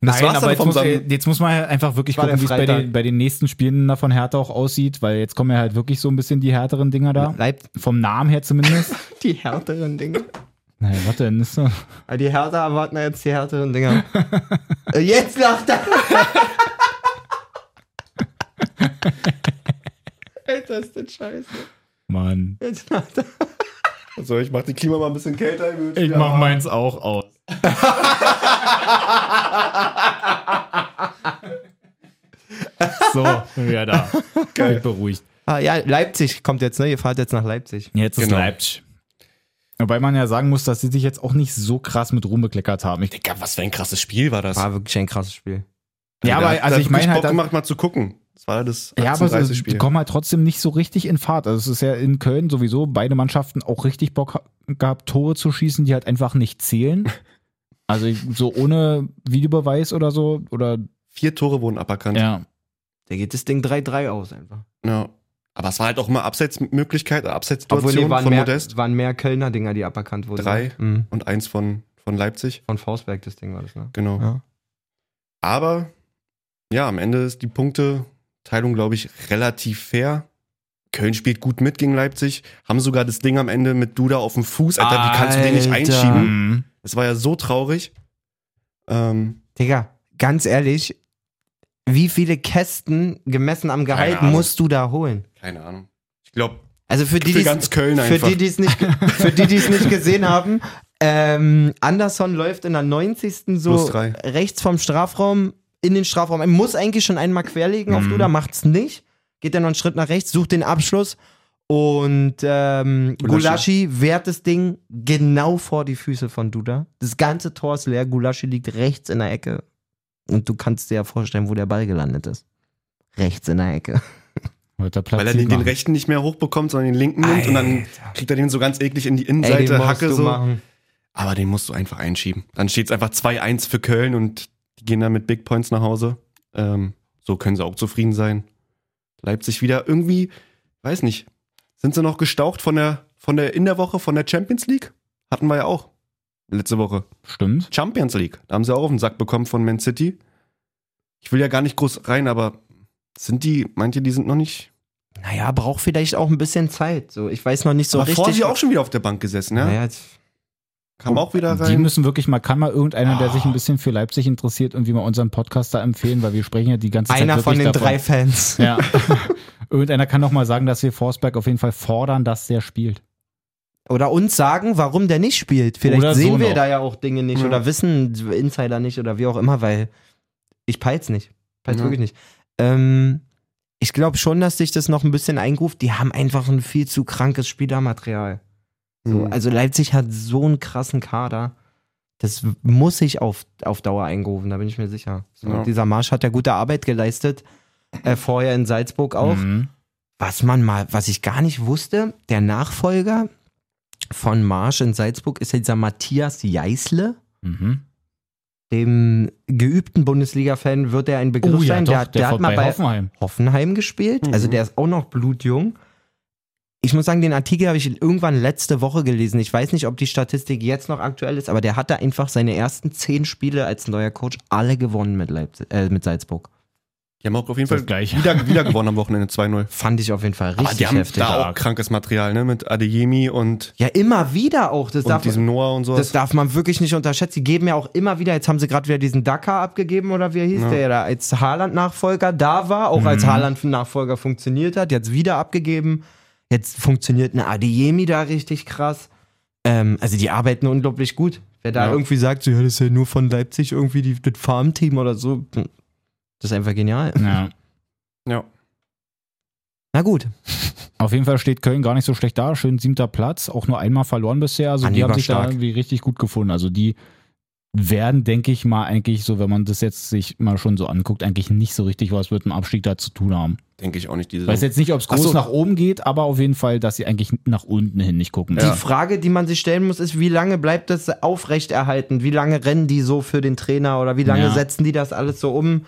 S2: Das war's dann
S4: jetzt
S2: vom
S4: muss,
S2: Sam-
S4: jetzt muss man halt einfach wirklich
S5: War
S4: gucken, wie
S5: der
S4: es bei
S5: Freitag.
S4: den, bei den nächsten Spielen da von Hertha auch aussieht, weil jetzt kommen ja halt wirklich so ein bisschen die härteren Dinger da.
S5: Leib
S4: Vom Namen her zumindest.
S5: die härteren *laughs* Dinge.
S4: naja, warte, dann ist so.
S5: Die Härter erwarten ja jetzt die härteren *laughs* Dinger. Äh, jetzt lacht er! *laughs* Alter, ist das scheiße.
S4: Mann.
S5: Jetzt lacht er.
S2: so, Also, ich mach die Klima mal ein bisschen kälter. Ich würd-
S4: Ich mach meins auch *laughs* aus. so, sind wir da. Geil. Beruhigt.
S5: Ah, ja, Leipzig kommt jetzt, ne? Ihr fahrt jetzt nach Leipzig.
S4: Jetzt ist
S2: Genau.
S4: Leipzig. Wobei man ja sagen muss, dass sie sich jetzt auch nicht so krass mit Ruhm bekleckert haben. Ich,
S2: Digga, was für ein krasses Spiel war das.
S5: War wirklich ein krasses Spiel.
S2: Da
S4: ja, aber
S2: hat- da
S4: also
S2: hat
S4: ich meine
S2: wirklich
S4: halt,
S2: Bock
S4: dass-
S2: gemacht, mal zu gucken. Das war das
S4: Ja, aber so,
S2: 18:30
S4: die
S2: Spiel.
S4: kommen halt trotzdem nicht so richtig in Fahrt. Also es ist ja in Köln sowieso beide Mannschaften auch richtig Bock ha- gehabt, Tore zu schießen, die halt einfach nicht
S2: *laughs*
S4: zählen. Also ich- so ohne Videobeweis oder so oder
S2: Vier Tore wurden aberkannt.
S4: ja.
S5: Da geht das Ding 3-3 aus einfach.
S2: Ja. Aber es war halt auch immer Abseitsmöglichkeit,
S5: Obwohl, nee,
S2: Abseitssituation
S5: waren
S2: von
S5: mehr,
S2: Modest
S5: waren mehr Kölner Dinger, die aberkannt wurden.
S2: Drei.
S5: Mhm.
S2: und eins von, von Leipzig.
S5: Von Faustberg, das Ding war das, ne?
S2: Genau.
S5: Ja.
S2: Aber ja, am Ende ist die Punkteteilung, glaube ich, relativ fair. Köln spielt gut mit gegen Leipzig, haben sogar das Ding am Ende mit Duda auf dem Fuß. Alter, wie kannst du den nicht
S5: Alter.
S2: einschieben?
S4: Mhm.
S2: Es war ja so traurig. Ähm,
S5: Digga, ganz ehrlich, wie viele Kästen gemessen am Gehalt
S2: Keine Ahnung.
S5: musst du da holen?
S2: keine Ahnung. Ich glaube,
S5: Also für die,
S2: für
S5: die's-
S2: ganz Köln
S5: für
S2: einfach.
S5: die, die es nicht, ge-
S2: *laughs*
S5: für die, die es nicht gesehen haben, ähm, Anderson läuft in der 90.
S2: Plus
S5: so
S2: drei.
S5: rechts vom Strafraum in den Strafraum. Er muss eigentlich schon einmal querlegen auf
S4: Mhm.
S5: Duda, macht's nicht. Geht dann noch einen Schritt nach rechts, sucht den Abschluss und ähm,
S2: Gulaschi.
S5: Gulaschi wehrt das Ding genau vor die Füße von Duda. Das ganze Tor ist leer, Gulaschi liegt rechts in der Ecke. Und du kannst dir ja vorstellen, wo der Ball gelandet ist. Rechts in der Ecke.
S4: Dritter Platz
S2: Weil er
S4: sieht
S2: den, den
S4: man.
S2: rechten nicht mehr hochbekommt, sondern den linken nimmt und dann kriegt er den so ganz eklig in die
S5: Ey,
S2: Innenseite,
S5: den musst
S2: Hacke
S5: du
S2: so.
S5: machen.
S2: Aber den musst du einfach einschieben. Dann steht es einfach 2-1 für Köln und die gehen dann mit Big Points nach Hause. Ähm, so können sie auch zufrieden sein. Leipzig wieder irgendwie, weiß nicht, sind sie noch gestaucht von der, von der in der Woche von der Champions League? Hatten wir ja auch. Letzte Woche.
S4: Stimmt.
S2: Champions League. Da haben sie auch auf den Sack bekommen von Man City. Ich will ja gar nicht groß rein, aber sind die, meint ihr, die sind noch nicht.
S5: Naja, braucht vielleicht auch ein bisschen Zeit. So, ich weiß noch nicht so
S2: aber
S5: richtig.
S2: Forsi auch schon ne? wieder auf der Bank gesessen, ja?
S5: Naja, jetzt-
S2: Kam auch wieder
S4: Die
S2: rein. Ah.
S4: müssen wirklich mal, kann mal irgendeiner, der sich ein bisschen für Leipzig interessiert, irgendwie mal unseren Podcast da empfehlen, weil wir sprechen ja die ganze Zeit
S5: einer
S4: halt wirklich
S5: von den
S4: davon.
S5: drei Fans.
S4: Ja. *laughs* irgendeiner kann doch mal sagen, dass wir Forsberg auf jeden Fall fordern, dass der spielt.
S5: Oder uns sagen, warum der nicht spielt. Vielleicht
S4: Oder so
S5: sehen wir
S4: noch.
S5: da ja auch Dinge nicht
S2: Ja.
S5: oder wissen Insider nicht oder wie auch immer, weil ich peil's nicht. Peil's
S2: Ja.
S5: wirklich nicht. Ähm, ich glaube schon, dass sich das noch ein bisschen eingruft. Die haben einfach ein viel zu krankes Spielermaterial. So,
S2: Mhm.
S5: Also Leipzig hat so einen krassen Kader. Das muss sich auf, auf Dauer eingerufen, da bin ich mir sicher. So,
S2: Ja.
S5: Dieser Marsch hat ja gute Arbeit geleistet. Äh, vorher in Salzburg auch.
S4: Mhm.
S5: Was man mal, was ich gar nicht wusste, der Nachfolger von Marsch in Salzburg ist ja dieser Matthias Jeißle.
S4: Mhm.
S5: Dem geübten Bundesliga-Fan wird er ein Begriff
S4: Oh ja,
S5: sein.
S4: doch,
S5: der, hat- der
S4: der
S5: hat
S4: von
S5: mal
S4: bei
S5: bei
S4: Hoffenheim.
S5: Hoffenheim gespielt.
S2: Mhm.
S5: Also der ist auch noch blutjung. Ich muss sagen, den Artikel habe ich irgendwann letzte Woche gelesen. Ich weiß nicht, ob die Statistik jetzt noch aktuell ist, aber der hatte einfach seine ersten zehn Spiele als neuer Coach alle gewonnen mit, Leipzig, äh, mit Salzburg.
S2: Die haben auch auf jeden
S4: Das
S2: Fall
S4: ist gleich.
S2: wieder, wieder gewonnen am Wochenende 2-0.
S5: Fand ich auf jeden Fall
S2: Aber
S5: richtig
S2: die haben
S5: heftig.
S2: da auch krankes Material, ne? Mit Adeyemi und,
S5: ja, immer wieder auch. Das
S2: und
S5: darf
S2: diesem Noah und sowas.
S5: Das darf man wirklich nicht unterschätzen. Sie geben ja auch immer wieder, jetzt haben sie gerade wieder diesen Dakar abgegeben oder wie er hieß,
S2: Ja. Mhm.
S5: der ja da als Haaland-Nachfolger da war, auch als Haaland-Nachfolger funktioniert hat, jetzt wieder abgegeben. Jetzt funktioniert eine Adeyemi da richtig krass. Ähm, also die arbeiten unglaublich gut. Wer da
S2: Ja.
S5: irgendwie sagt, so, ja, das ist ja nur von Leipzig irgendwie die, das Farmteam oder so, das ist einfach genial.
S4: *laughs* Ja.
S2: ja.
S5: Na gut,
S4: Auf jeden Fall steht Köln gar nicht so schlecht da. Schön siebter Platz, auch nur einmal verloren bisher. Also die
S5: Angeber
S4: haben sich da
S5: stark.
S4: irgendwie richtig gut gefunden. Also die werden, denke ich mal, eigentlich so, wenn man das jetzt sich mal schon so anguckt, eigentlich nicht so richtig was mit dem Abstieg da zu tun haben.
S2: Denke ich auch nicht. Diese
S4: Weiß jetzt nicht, ob es
S2: Ach
S4: groß
S2: so.
S4: nach oben geht, aber auf jeden Fall, dass sie eigentlich nach unten hin nicht gucken.
S5: Die Frage, die man sich stellen muss, ist, wie lange bleibt das aufrechterhalten? Wie lange rennen die so für den Trainer oder wie lange
S4: Ja.
S5: setzen die das alles so um?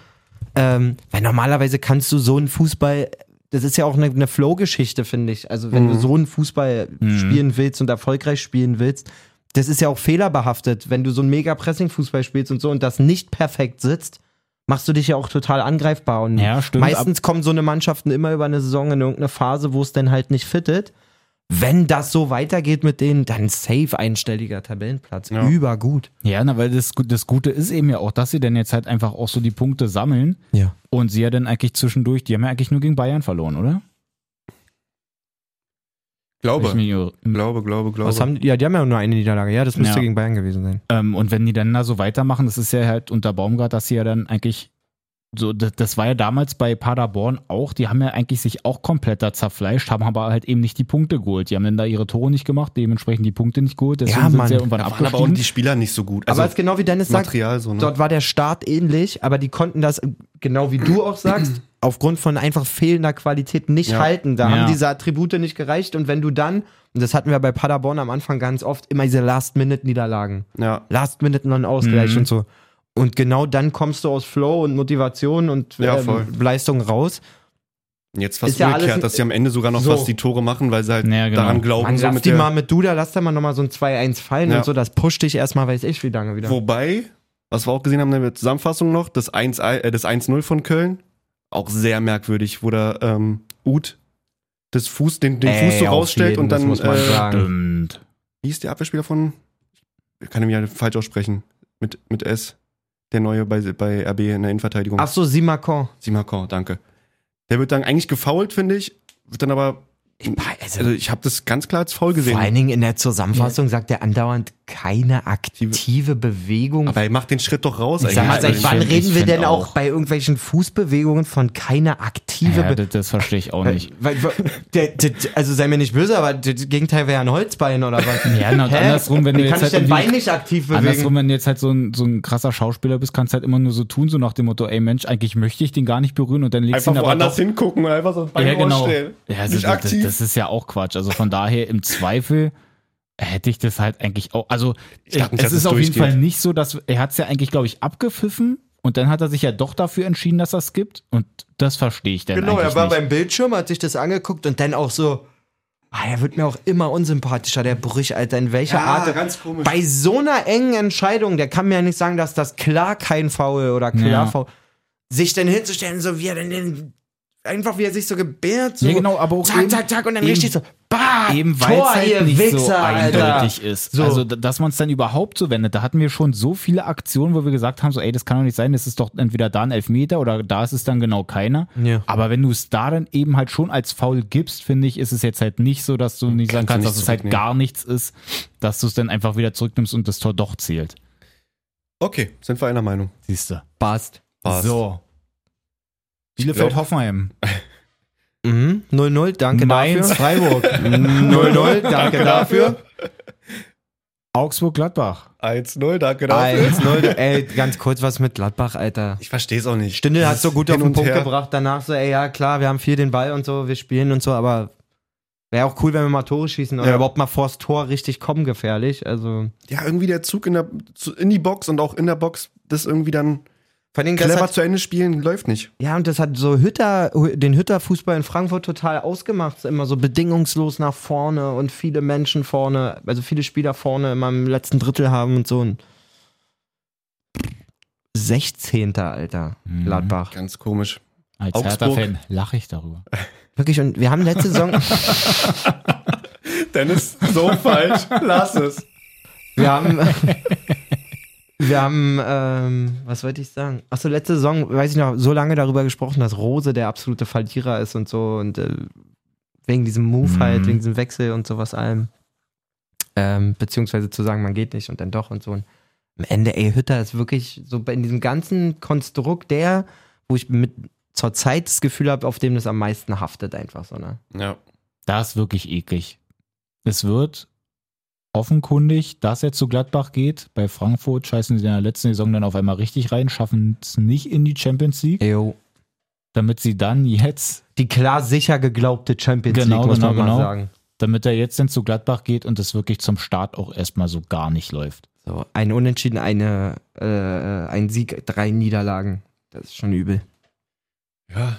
S5: Ähm, weil normalerweise kannst du so einen Fußball, das ist ja auch eine, eine Flow-Geschichte, finde ich. Also wenn du
S4: Mhm.
S5: so einen Fußball spielen willst und erfolgreich spielen willst, das ist ja auch fehlerbehaftet. Wenn du so einen Mega-Pressing-Fußball spielst und so und das nicht perfekt sitzt, machst du dich ja auch total angreifbar. Und
S4: Ja, stimmt.
S5: Meistens kommen so eine Mannschaften immer über eine Saison in irgendeine Phase, wo es dann halt nicht fittet. Wenn das so weitergeht mit denen, dann safe einstelliger Tabellenplatz.
S2: Ja.
S5: Übergut.
S4: Ja, na, weil das, Gu- das Gute ist eben ja auch, dass sie dann jetzt halt einfach auch so die Punkte sammeln
S5: Ja.
S4: und sie ja dann eigentlich zwischendurch, die haben ja eigentlich nur gegen Bayern verloren, oder? Ich
S2: glaube,
S4: mich irre.
S2: glaube, glaube, glaube.
S5: Was haben die, ja, die haben ja nur eine Niederlage. Ja, das müsste
S4: Ja.
S5: gegen Bayern gewesen sein.
S4: Ähm, und wenn die dann da so weitermachen, das ist ja halt unter Baumgart, dass sie ja dann eigentlich so, das, das war ja damals bei Paderborn auch, die haben ja eigentlich sich auch komplett da zerfleischt, haben aber halt eben nicht die Punkte geholt. Die haben dann da ihre Tore nicht gemacht, dementsprechend die Punkte nicht geholt, deswegen
S5: Ja,
S4: sind
S5: Mann.
S4: sie ja irgendwann
S2: da waren aber auch
S4: abgestiegen.
S2: die Spieler nicht so gut.
S5: Aber
S2: Also
S5: es ist genau wie Dennis sagt,
S2: Material so, ne?
S5: dort war der Start ähnlich, aber die konnten das, genau wie du
S2: *clears throat*
S5: auch sagst, aufgrund von einfach fehlender Qualität nicht
S2: Ja.
S5: halten. Da
S4: Ja.
S5: haben diese Attribute nicht gereicht. Und wenn du dann, und das hatten wir bei Paderborn am Anfang ganz oft, immer diese Last-Minute-Niederlagen.
S2: Ja.
S5: Last Minute non Ausgleich
S4: Mhm.
S5: und so. Und genau dann kommst du aus Flow und Motivation und
S2: Ja,
S5: ähm,
S2: voll.
S5: Leistung raus.
S2: Jetzt fast
S5: Ist ja alles ein-
S2: umgekehrt, dass sie am Ende sogar noch
S5: So.
S2: fast die Tore machen, weil sie halt
S4: Ja, genau.
S2: daran glauben,
S5: Man
S2: so
S5: lass
S2: mit
S5: die
S2: der,
S5: mal mit Duda, lass da mal nochmal so ein 2-1 fallen
S2: Ja.
S5: und so, das pusht dich erstmal, weiß ich, wie lange wieder.
S2: Wobei, was wir auch gesehen haben in der Zusammenfassung noch, das 1 äh, das 1-0 von Köln, auch sehr merkwürdig, wo da ähm, Uth das Fuß, den, den
S5: Ey,
S2: Fuß so
S5: auf
S2: rausstellt
S5: jeden,
S2: und
S5: das
S2: dann,
S5: muss man
S2: äh,
S5: sagen.
S4: Stimmt.
S2: wie hieß der Abwehrspieler von, ich kann ihn wieder falsch aussprechen, mit, mit S, der Neue bei, bei RB in der Innenverteidigung.
S5: Achso, Simakon.
S2: Simakor, danke. Der wird dann eigentlich gefault, finde ich, wird dann aber,
S5: Ich, also,
S2: also ich habe das ganz klar als faul gesehen.
S5: Vor allen Dingen in der Zusammenfassung sagt er andauernd keine aktive Bewegung.
S2: Aber er macht den Schritt doch raus
S5: ich sag mal,
S4: also
S5: seit
S4: ich
S5: wann
S4: find-
S5: reden
S4: ich
S5: wir
S4: find
S5: denn auch,
S4: auch-
S5: bei irgendwelchen Fußbewegungen von keiner aktive
S4: Ja,
S5: Bewegung?
S4: das, das verstehe ich auch nicht.
S5: Weil- weil- der- der- Also sei mir nicht böse, aber das Gegenteil wäre ja ein Holzbein oder was?
S4: *laughs* Ja, na, und
S5: Hä?
S4: andersrum, wenn du
S5: Wie
S4: jetzt
S5: kann
S4: halt
S5: ich dein
S4: irgendwie-
S5: Bein nicht aktiv bewegen.
S4: Andersrum, wenn du jetzt halt so ein, so ein krasser Schauspieler bist, kannst du halt immer nur so tun, so nach dem Motto, ey Mensch, eigentlich möchte ich den gar nicht berühren und dann legst du ihn
S2: Einfach
S4: aber
S2: woanders
S4: doch.
S2: hingucken und einfach so das Bein
S4: Ja, genau.
S2: rausstellen.
S4: Ja, also
S2: Nicht
S4: das,
S2: aktiv.
S4: das ist ja auch Quatsch. Also von daher im Zweifel hätte ich das halt eigentlich auch. Also
S2: glaub nicht,
S4: es
S2: dass
S4: ist
S2: es
S4: auf jeden
S2: durchgeht.
S4: Fall nicht so, dass er hat es ja eigentlich, glaube ich, abgepfiffen und dann hat er sich ja doch dafür entschieden, dass er es gibt und das verstehe ich dann
S5: Genau,
S4: eigentlich
S5: er war
S4: nicht.
S5: beim Bildschirm, hat sich das angeguckt und dann auch so, ah, er wird mir auch immer unsympathischer, der Brüch, Alter, in welcher
S1: Ja,
S5: Art.
S1: ganz komisch.
S5: Bei so einer engen Entscheidung, der kann mir ja nicht sagen, dass das klar kein Foul oder klar
S4: Ja.
S5: Foul, sich dann hinzustellen, so wie er denn den, einfach wie er sich so gebärt, so
S4: Ja, genau, aber auch eben-
S5: zack, zack, zack und dann
S4: eben-
S5: richtig so, bah,
S4: eben weil es
S5: Tor, ihr
S4: halt nicht
S5: Wichser,
S4: so
S5: Alter.
S4: eindeutig ist.
S5: So.
S4: Also, d- dass man es dann überhaupt so wendet. Da hatten wir schon so viele Aktionen, wo wir gesagt haben, so, ey, das kann doch nicht sein, das ist doch entweder da ein Elfmeter oder da ist es dann genau keiner.
S5: Ja.
S4: Aber wenn du es da dann eben halt schon als faul gibst, finde ich, ist es jetzt halt nicht so, dass du nicht sagen
S2: Kannst
S4: kannst,
S2: du
S4: dass
S2: nicht
S4: es halt
S2: zurücknehmen.
S4: gar nichts ist, dass du es dann einfach wieder zurücknimmst und das Tor doch zählt.
S2: Okay, sind wir einer Meinung.
S4: Siehst du.
S5: Passt.
S2: Passt.
S4: So.
S2: Bielefeld,
S4: Bielefeld-Hoffenheim.
S5: Mhm. 0-0, danke
S4: Mainz,
S5: dafür.
S4: Freiburg.
S5: *laughs* 0-0, danke dafür.
S4: Augsburg-Gladbach.
S2: 1-0, danke dafür.
S5: 1-0, ey, ganz kurz was mit Gladbach, Alter.
S2: Ich verstehe es auch nicht.
S5: Stindel hat so gut auf
S2: Hin
S5: den
S2: und
S5: Punkt
S2: her.
S5: gebracht, danach so, ey, ja klar, wir haben viel den Ball und so, wir spielen und so, aber wäre auch cool, wenn wir mal Tore schießen oder
S2: Ja.
S5: überhaupt mal vors Tor richtig kommen gefährlich. Also
S2: Ja, irgendwie der Zug in, der, zu- in die Box und auch in der Box, das irgendwie dann
S5: vor allem das
S2: clever
S5: hat,
S2: zu Ende spielen, läuft nicht.
S5: ja, und das hat so Hütter, den Hütter-Fußball in Frankfurt total ausgemacht. Immer so bedingungslos nach vorne und viele Menschen vorne, also viele Spieler vorne immer im letzten Drittel haben und so ein 16. Alter,
S4: Mhm.
S5: Gladbach.
S2: Ganz komisch.
S4: Als
S2: Augsburg.
S4: Hertha-Fan lache ich darüber.
S5: Wirklich, und wir haben letzte Saison,
S2: Dennis, so falsch, *laughs* lass es.
S5: Wir haben. *laughs* Wir haben, ähm, was wollte ich sagen? Achso, letzte Saison, weiß ich noch, so lange darüber gesprochen, dass Rose der absolute Verlierer ist und so und äh, wegen diesem Move
S4: Mhm.
S5: halt, wegen diesem Wechsel und sowas allem. Ähm, beziehungsweise zu sagen, man geht nicht und dann doch und so. Und am Ende, ey, Hütter ist wirklich so bei- in diesem ganzen Konstrukt der, wo ich mit zur Zeit das Gefühl habe, auf dem das am meisten haftet, einfach so, ne?
S2: Ja.
S4: Da ist wirklich eklig. Es wird offenkundig, dass er zu Gladbach geht. Bei Frankfurt scheißen sie in der letzten Saison dann auf einmal richtig rein, schaffen es nicht in die Champions League,
S5: Jo.
S4: damit sie dann jetzt,
S5: Die klar sicher geglaubte Champions
S4: Genau,
S5: League, muss
S4: genau,
S5: man mal
S4: genau.
S5: sagen.
S4: damit er jetzt dann zu Gladbach geht und es wirklich zum Start auch erstmal so gar nicht läuft.
S5: So, ein Unentschieden, eine, äh, ein Sieg, drei Niederlagen. Das ist schon übel.
S2: Ja,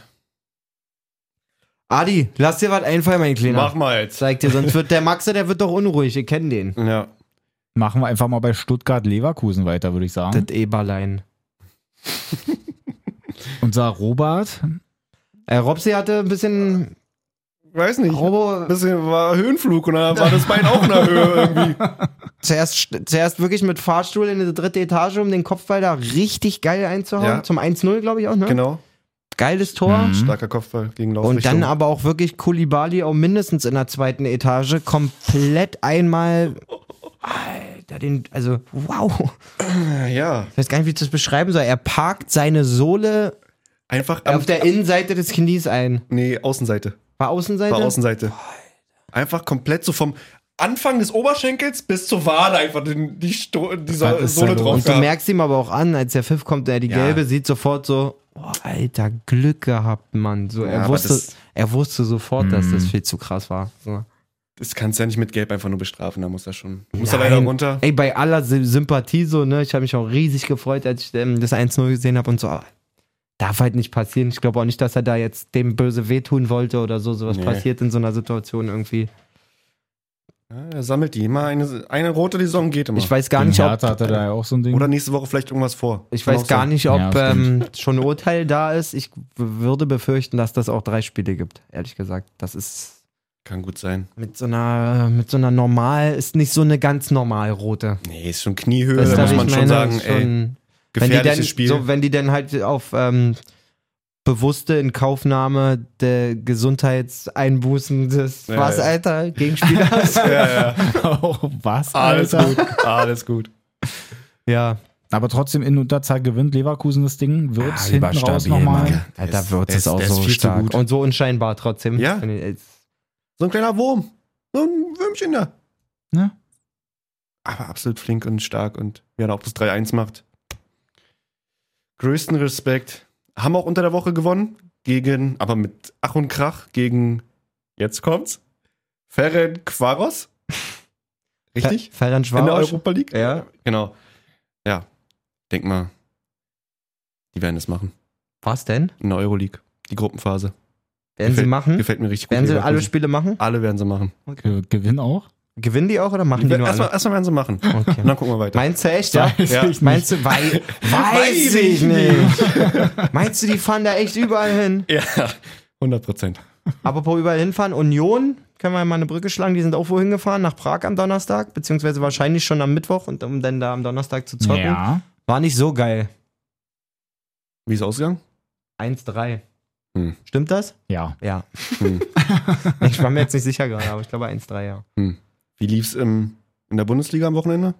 S5: Adi, lass dir was einfallen, mein Kleiner.
S2: mach mal jetzt.
S5: Zeig dir, sonst wird der Maxe, der wird doch unruhig. Ihr kennt den.
S2: Ja.
S4: Machen wir einfach mal bei Stuttgart-Leverkusen weiter, würde ich sagen.
S5: Das Eberlein.
S4: Unser Robert,
S5: Äh, Robsi hatte ein bisschen.
S2: Weiß nicht.
S5: Robo,
S2: bisschen war Höhenflug und dann war das Bein auch in der Höhe
S5: *laughs*
S2: irgendwie.
S5: zuerst, zuerst wirklich mit Fahrstuhl in die dritte Etage, um den Kopfball da richtig geil einzuhauen.
S2: Ja.
S5: Zum 1-0, glaube ich auch, ne?
S2: Genau.
S5: Geiles Tor.
S4: Mhm.
S2: Starker Kopfball gegen Laufrichtung.
S5: Und dann aber auch wirklich Kulibali auch mindestens in der zweiten Etage komplett einmal. Alter, den, also, wow.
S2: ja,
S5: Ich weiß gar nicht, wie ich das beschreiben soll. Er parkt seine Sohle
S2: einfach am,
S5: auf der Innenseite des Knies ein.
S2: nee, Außenseite.
S5: War Außenseite?
S2: War Außenseite. Einfach komplett so vom Anfang des Oberschenkels bis zur Wade einfach den, die, Sto die
S4: Was
S2: so
S4: ist
S2: Sohle
S4: da los?
S2: drauf
S5: Und du
S2: gehabt.
S5: merkst ihm aber auch an, als der Pfiff kommt, der die
S2: Ja.
S5: gelbe sieht sofort so, oh, Alter, Glück gehabt, Mann. So,
S2: Ja,
S5: er,
S2: aber
S5: wusste,
S2: das-
S5: er wusste sofort, dass
S4: Mm.
S5: das viel zu krass war. So.
S2: Das kannst du ja nicht mit Gelb einfach nur bestrafen, da muss er schon. Muss er
S5: Nein.
S2: leider runter.
S5: Ey, bei aller Sy- Sympathie so, ne? Ich habe mich auch riesig gefreut, als ich ähm, das 1-0 gesehen habe und so. Aber darf halt nicht passieren. Ich glaube auch nicht, dass er da jetzt dem böse wehtun wollte oder so. Sowas
S2: Nee.
S5: passiert in so einer Situation irgendwie.
S2: Ja, er sammelt die. Immer eine, eine rote, die Saison geht immer.
S5: Ich weiß gar
S4: gegen
S5: nicht, ob
S4: Hertha hatte da ja auch so ein Ding.
S2: Oder nächste Woche vielleicht irgendwas vor.
S5: Ich
S2: Kann
S5: weiß
S2: auch
S5: gar
S2: sein.
S5: nicht,
S4: Ja,
S5: ob
S4: das
S5: ähm, schon ein Urteil da ist. Ich w- würde befürchten, dass das auch drei Spiele gibt, ehrlich gesagt. Das ist
S2: Kann gut sein.
S5: mit so einer, mit so einer normal, ist nicht so eine ganz normal rote.
S2: Nee, ist schon Kniehöhe,
S5: Das
S2: da muss
S5: darf ich
S2: man schon
S5: meine,
S2: sagen,
S5: ist
S2: ey.
S5: schon- wenn die
S2: Gefährliches
S5: denn,
S2: Spiel.
S5: So, wenn die dann halt auf ähm, bewusste Inkaufnahme der Gesundheitseinbußen des
S2: Ja,
S5: was,
S2: ja.
S5: Alter, Gegenspielers.
S2: *laughs* *laughs*
S5: *laughs*
S2: Ja, ja.
S4: Oh, was?
S2: Alles
S4: Alter?
S2: gut, alles gut.
S5: ja.
S4: Aber trotzdem in Unterzahl gewinnt Leverkusen das Ding. Wirtz
S2: Ja, lieber
S4: hinten raus
S2: stabil,
S4: nochmal.
S2: Mann.
S5: Alter,
S2: ist-
S5: wird
S2: der
S5: es
S2: ist-
S5: auch
S2: der ist
S5: so
S2: viel zu
S5: stark.
S2: gut.
S5: Und so unscheinbar trotzdem.
S2: Ja.
S5: Finde ich jetzt-
S2: So ein kleiner Wurm. So ein Würmchen da.
S4: Ne?
S2: Aber absolut flink und stark und ja, da auch das 3-1 macht. Größten Respekt. Haben auch unter der Woche gewonnen. Gegen, aber mit Ach und Krach, gegen, jetzt kommt's, Ferenc
S5: *laughs*
S2: Quaros. Richtig?
S5: Fe- Ferenc
S2: in der
S5: Varos.
S2: Europa League?
S5: Ja.
S2: Genau. Ja. Denk mal. Die werden es machen.
S5: Was denn?
S2: In der Euroleague. Die Gruppenphase.
S5: Werden sie
S2: Gefällt-
S5: machen?
S2: Gefällt mir richtig gut.
S5: Hm? Werden sie alle
S2: Leverkusen.
S5: Spiele machen?
S2: alle werden sie machen.
S4: Ge- Gewinn auch?
S5: Gewinnen die auch oder machen die nur
S2: Erstmal
S5: alle?
S2: erstmal werden sie machen.
S4: Genau.
S2: Und
S5: Okay.
S2: dann gucken wir weiter.
S5: *laughs* Meinst du echt, ja?
S4: Weiß
S2: Ja.
S4: ich nicht.
S5: Meinst du, *laughs* wei weiß ich nicht. *laughs* Meinst du, die fahren da echt überall hin?
S2: ja, *laughs* 100 Prozent.
S5: Apropos überall hinfahren, Union, können wir ja mal eine Brücke schlagen, die sind auch wohin gefahren, nach Prag am Donnerstag, beziehungsweise wahrscheinlich schon am Mittwoch, und um dann da am Donnerstag zu zocken.
S4: Ja.
S5: War nicht so geil.
S2: Wie ist ausgegangen?
S5: 1-3.
S2: Hm.
S5: Stimmt das?
S4: Ja.
S5: Ja.
S2: Hm.
S5: *laughs* Ich war mir jetzt nicht sicher gerade, aber ich glaube 1-3, ja.
S2: Wie lief's im, in der Bundesliga am Wochenende?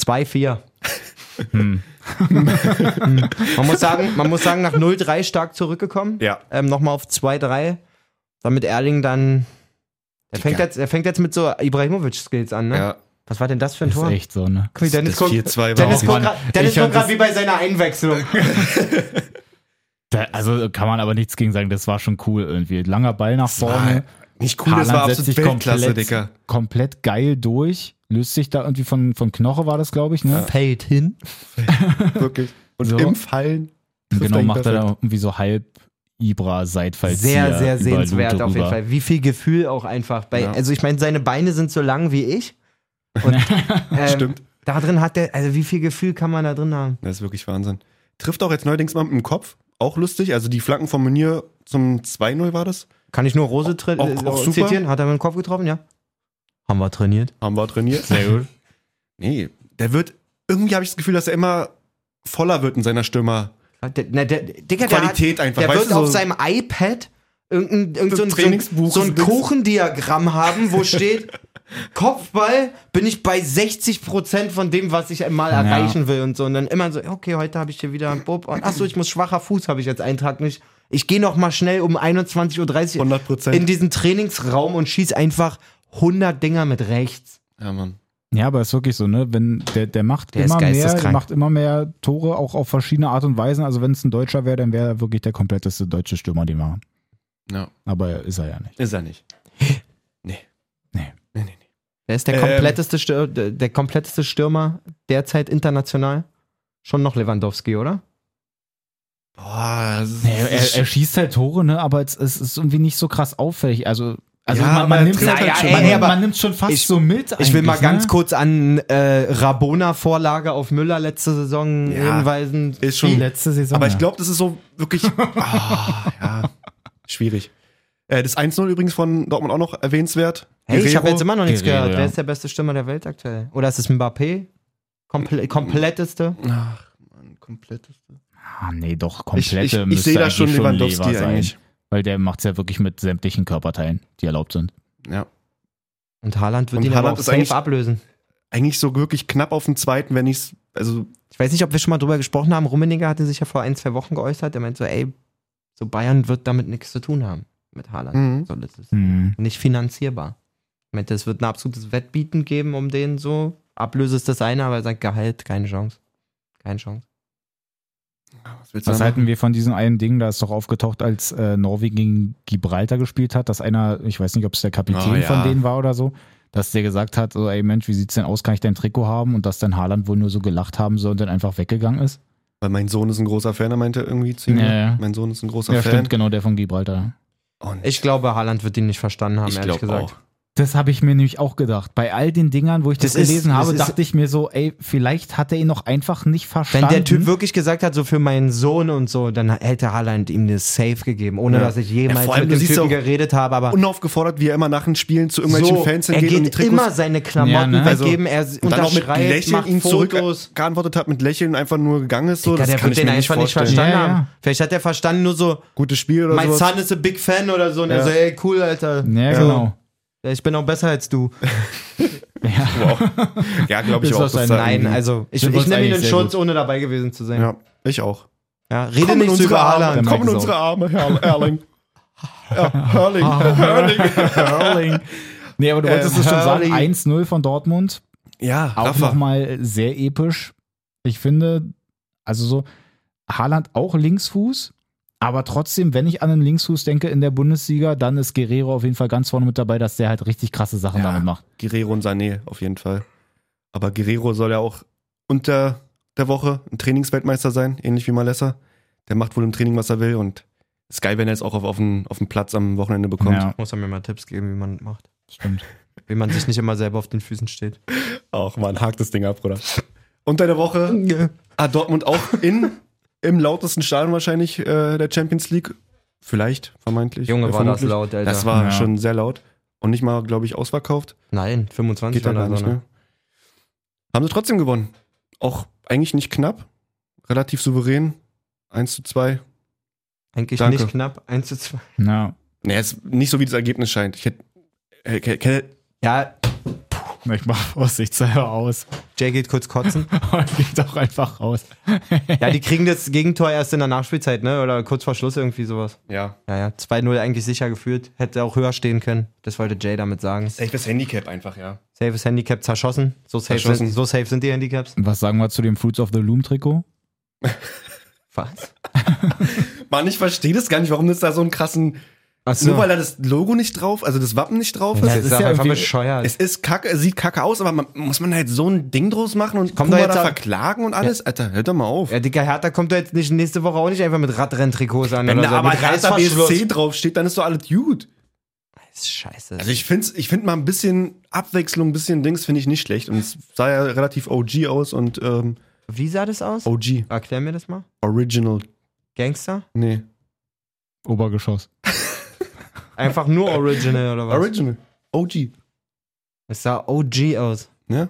S5: 2-4. *laughs*
S4: Hm.
S5: Man muss sagen, man muss sagen, nach 0-3 stark zurückgekommen.
S2: Ja.
S5: Ähm, Nochmal auf 2-3. Damit Erling dann. Er fängt,
S2: Digga.
S5: jetzt, er fängt jetzt mit so Ibrahimovic-Skills an, ne?
S2: Ja.
S5: Was war denn das für ein
S4: Ist
S5: Tor?
S4: echt so, ne?
S5: Guck mal, Dennis
S2: das
S5: guckt-
S2: 4-2 war
S5: Dennis
S2: auch-
S5: guckt
S4: Mann,
S5: grad- Dennis
S4: ich hab
S5: guckt grad
S4: das-
S5: wie bei seiner Einwechslung.
S4: Da, also kann man aber nichts gegen sagen, das war schon cool irgendwie. Langer Ball nach vorne.
S2: Nicht cool, das war
S4: Haaland setzt
S2: absolut
S4: sich
S2: Weltklasse,
S4: komplett, *laughs*
S2: Dicker.
S4: komplett geil durch. Löst sich da irgendwie von, von Knoche, war das, glaube ich, ne?
S5: Fällt hin.
S2: Wirklich. Und
S4: So.
S2: im Fallen. trifft
S4: genau,
S2: ihn
S4: macht er da
S2: perfekt.
S4: irgendwie so halb Ibra seitfalls.
S5: Sehr, sehr sehenswert auf jeden Fall. Wie viel Gefühl auch einfach. Bei,
S2: Ja.
S5: Also ich meine, seine Beine sind so lang wie ich.
S2: *laughs*
S5: Und, ähm,
S2: Stimmt.
S5: Da drin hat der, also wie viel Gefühl kann man da drin haben?
S2: Das ist wirklich Wahnsinn. Trifft auch jetzt neuerdings mal mit dem Kopf. Auch lustig. Also die Flanken vom Menier zum 2-0 war das.
S5: Kann ich nur Rose tri-
S2: Auch-
S5: äh,
S2: auch super.
S5: zitieren? Hat er mit dem Kopf getroffen, ja? Haben wir trainiert.
S2: Haben wir trainiert. Sehr gut. *laughs* Nee, der wird, irgendwie habe ich das Gefühl, dass er immer voller wird in seiner Stürmer.
S5: Hat Ah, Der, na, der, Digga,
S2: Qualität
S5: der hat,
S2: einfach,
S5: Der
S2: weißt
S5: wird
S2: du, so-
S5: auf seinem iPad irgendein, irgendein so, ein-
S2: Trainingsbuch
S5: so ein
S2: ist-
S5: Kuchendiagramm haben,
S2: *laughs*
S5: wo steht, Kopfball bin ich bei 60% von dem, was ich einmal
S4: Ja.
S5: erreichen will und so. Und dann immer so, okay, heute habe ich hier wieder einen Bob. Und achso, ich muss schwacher Fuß, habe ich jetzt Eintrag nicht. Ich gehe noch mal schnell um 21.30 Uhr
S2: 100%.
S5: in diesen Trainingsraum und schieß einfach 100 Dinger mit rechts.
S2: Ja, Mann.
S4: Ja, aber ist wirklich so, ne? Wenn der, der macht
S5: Der ist
S4: immer mehr,
S5: geisteskrank.
S4: macht immer mehr Tore, auch auf verschiedene Art und Weisen. Also wenn es ein Deutscher wäre, dann wäre er wirklich der kompletteste deutsche Stürmer, den wir haben.
S2: Ja.
S4: Aber ist er ja nicht.
S2: Ist er nicht. Nee.
S4: Nee.
S2: Nee, nee, nee.
S5: Der ist der
S2: Ähm.
S5: kompletteste, Stür der, der kompletteste Stürmer derzeit international. Schon noch Lewandowski, oder?
S2: Boah, das ist,
S4: er, er, er schießt halt Tore, ne? Aber es, es ist irgendwie nicht so krass auffällig. Also, also
S2: Ja,
S4: man,
S2: aber
S4: man
S2: er
S4: nimmt
S2: trifft
S4: man,
S5: halt schon.
S4: man,
S5: Ey, aber
S4: man nimmt schon fast
S5: ich-
S4: so mit.
S5: Ich will mal
S4: eigentlich, ne?
S5: ganz kurz an äh, Rabona-Vorlage auf Müller letzte Saison
S2: Ja.
S5: hinweisen.
S2: ist
S4: Die
S2: schon.
S4: letzte Saison.
S2: Aber ich
S4: ja.
S2: glaube, das ist so wirklich. ah, ja. Schwierig. Äh, das 1-0 übrigens von Dortmund auch noch erwähnenswert.
S5: Hey, ich habe
S2: Guerrero.
S5: jetzt immer noch nichts
S4: Guerrero,
S5: gehört. Wer
S4: ja.
S5: ist der beste Stürmer der Welt aktuell? Oder ist es Mbappé? Komple kompletteste?
S2: Ach, Mann, kompletteste.
S4: Ah, nee, doch,
S2: Ich,
S4: komplette
S2: ich, ich
S4: müsste
S2: sehe da
S4: eigentlich
S2: schon Lewandowski
S4: Lever sein.
S2: eigentlich.
S4: Weil der macht's ja wirklich mit sämtlichen Körperteilen, die erlaubt sind.
S2: Ja.
S5: Und Haaland wird
S2: Und
S5: ihn
S2: Haaland
S5: aber auch
S2: ist
S5: safe
S2: eigentlich-
S5: ablösen.
S2: Eigentlich so wirklich knapp auf dem zweiten, wenn ich's. Also,
S5: Ich weiß nicht, ob wir schon mal drüber gesprochen haben. Rummeniger hatte sich ja vor ein, zwei Wochen geäußert. Er meint so, ey, so Bayern wird damit nichts zu tun haben. Mit Haaland.
S2: Mhm.
S5: Also, So, das ist
S4: Hm.
S5: nicht finanzierbar. Ich meinte, es wird ein absolutes Wettbieten geben um den so. Ablöse ist das eine, aber er sagt Gehalt, keine Chance. Keine Chance.
S2: was halt- willst
S4: Was
S2: da machen?
S4: halten wir von diesem einen Ding, da ist doch aufgetaucht, als äh, Norwegen gegen Gibraltar gespielt hat, dass einer, ich weiß nicht, ob es der Kapitän
S2: Oh, ja.
S4: von denen war oder so, dass der gesagt hat, so, ey Mensch, wie sieht's denn aus, kann ich dein Trikot haben? Und dass dann Haaland wohl nur so gelacht haben soll und dann einfach weggegangen ist.
S2: Weil mein Sohn ist ein großer Fan, er meinte irgendwie zu ihm. ne?
S4: Ja, ja.
S2: Mein Sohn ist ein großer
S4: Ja,
S2: Fan.
S4: stimmt, genau, der von Gibraltar.
S2: Und
S5: Ich glaube, Haaland wird ihn nicht verstanden haben,
S2: ich
S5: ehrlich
S2: glaube
S5: gesagt.
S2: auch.
S4: Das habe ich mir nämlich auch gedacht. Bei all den Dingern, wo ich das,
S5: Das ist-
S4: gelesen
S5: das
S4: habe,
S5: ist-
S4: dachte ich mir so, ey, vielleicht hat er ihn noch einfach nicht
S5: Wenn
S4: verstanden.
S5: der Typ wirklich gesagt hat, so für meinen Sohn und so, dann hätte Haaland ihm das safe gegeben, ohne
S2: Ja.
S5: dass ich jemals
S2: Ja, vor allem, du
S5: mit dem
S2: siehst
S5: Typen
S2: auch-
S5: geredet habe, aber
S2: Unaufgefordert, wie er immer nach den Spielen zu irgendwelchen
S1: So,
S2: Fans
S5: Oh. er
S2: hingeht und die
S5: geht
S2: Trikots Also,
S5: immer seine Klamotten
S4: Ja, ne?
S5: vergeben, er
S2: und dann auch mit
S5: unterschreibt,
S2: Lächeln
S5: macht
S2: ihn zurück
S5: Fotos.
S2: geantwortet hat, mit Lächeln einfach nur gegangen ist. So,
S5: Digga,
S2: das
S5: der
S2: kann
S5: wird
S2: ich
S5: den
S2: mir nicht
S5: einfach nicht
S2: vorstellen.
S5: verstanden
S4: Ja,
S5: haben.
S4: ja.
S5: Vielleicht hat er verstanden nur so,
S2: Gutes Spiel oder
S5: mein
S2: so.
S5: Son is a big fan oder so. Und
S2: Ja.
S5: er so, ey, cool, Alter.
S4: ja, genau.
S5: Ich bin auch besser als du.
S4: Ja.
S2: Ja, glaube ich
S4: Ist
S2: auch.
S4: was ein
S2: da
S5: Nein,
S2: irgendwie-
S5: also ich,
S4: Sind wir
S5: ich
S4: uns
S5: nehme ihn in
S4: eigentlich sehr
S5: Schutz, ohne dabei gewesen zu sein. Ja.
S2: Mhm. Ja, ich auch.
S5: Rede nicht so über
S2: Arme,
S5: Haaland.
S4: Dann
S2: komm in
S4: merkst du
S2: unsere Arme, Herr Erling. Ja, Hurling.
S5: Ah.
S4: Ah,
S5: *laughs*
S4: Hurling. Nee,
S5: Äh,
S4: aber du wolltest
S2: Ähm,
S4: es schon sagen,
S2: Hurling.
S4: 1-0 von Dortmund.
S2: Ja,
S4: Auch
S2: Rafa.
S4: nochmal sehr episch. Ich finde, also so, Haaland auch Linksfuß, aber trotzdem, wenn ich an den Linksfuß denke in der Bundesliga, dann ist Guerrero auf jeden Fall ganz vorne mit dabei, dass der halt richtig krasse Sachen
S2: Ja.
S4: damit macht.
S2: Guerrero und Sané auf jeden Fall. Aber Guerrero soll ja auch unter der Woche ein Trainingsweltmeister sein, ähnlich wie Malessa. Der macht wohl im Training, was er will und ist geil, wenn er es auch auf, auf, den, auf den Platz am Wochenende bekommt.
S5: Muss er mir mal Tipps geben, wie man das macht.
S4: stimmt.
S5: Wie man sich nicht immer selber auf den Füßen steht.
S2: Auch man hakt das Ding ab, Bruder. Unter der Woche hat Dortmund auch in, im lautesten Stadion wahrscheinlich äh, der Champions League. Vielleicht, vermeintlich.
S5: Junge,
S2: äh,
S5: war das
S2: vermutlich.
S5: laut, Alter.
S2: Das war
S4: Ja.
S2: schon sehr laut. Und nicht mal, glaube ich, ausverkauft.
S5: Nein, 25
S2: Geht ja gar
S5: oder
S2: nicht,
S5: so. Ne?
S2: ne? Haben sie trotzdem gewonnen. Auch eigentlich nicht knapp. Relativ souverän. 1 zu 2.
S5: Eigentlich
S2: Danke.
S5: nicht knapp. 1 zu 2.
S4: Ja,
S2: Naja, ist nicht so, wie das Ergebnis scheint. Ich hätte. äh, ke- ke-
S5: Ja,
S4: ich mach *laughs* vorsichtshalber aus. *laughs*
S5: Jay geht kurz kotzen.
S2: *laughs*
S4: Und geht auch einfach raus.
S5: ja, die kriegen das Gegentor erst in der Nachspielzeit, ne? Oder kurz vor Schluss irgendwie sowas.
S2: Ja.
S5: Ja, ja. 2-0 eigentlich sicher geführt. Hätte auch höher stehen können. Das wollte Jay damit sagen.
S2: Safes Handicap einfach, ja.
S5: Safes Handicap zerschossen. So safe,
S2: Zerschossen.
S5: Sind, so safe sind die Handicaps.
S4: Was sagen wir zu dem Fruits of the Loom Trikot?
S5: Was?
S2: Mann, ich verstehe das gar nicht, warum das da so einen krassen.
S5: Achso.
S2: Nur weil da das Logo nicht drauf, also das Wappen nicht drauf
S5: das
S2: ist.
S5: ist,
S4: ist
S5: doch
S4: ja
S5: einfach
S4: irgendwie-
S5: bescheuert.
S2: Es ist kacke, es sieht kacke aus, aber man, muss man halt so ein Ding draus machen und
S5: Kommt
S2: Puma
S5: doch jetzt
S2: da
S5: an-
S2: verklagen und alles? Alter, hört doch mal auf.
S5: ja, Dicker Hertha kommt doch jetzt nicht nächste Woche auch nicht einfach mit Radrenntrikots an.
S2: Wenn
S5: oder
S2: da
S5: so.
S2: aber
S5: mit
S2: Hertha
S5: Reißverschluss.
S2: BSC draufsteht, dann ist doch alles gut.
S5: Ist scheiße.
S2: Also ich finde ich find mal ein bisschen Abwechslung, ein bisschen Dings finde ich nicht schlecht. Und es sah ja relativ OG aus und ähm,
S5: Wie sah das aus?
S2: OG,
S5: Erklär mir das mal.
S2: Original,
S5: Gangster?
S2: nee.
S4: Obergeschoss.
S5: Einfach nur Original oder was?
S2: Original, OG,
S5: es sah OG aus.
S2: ne?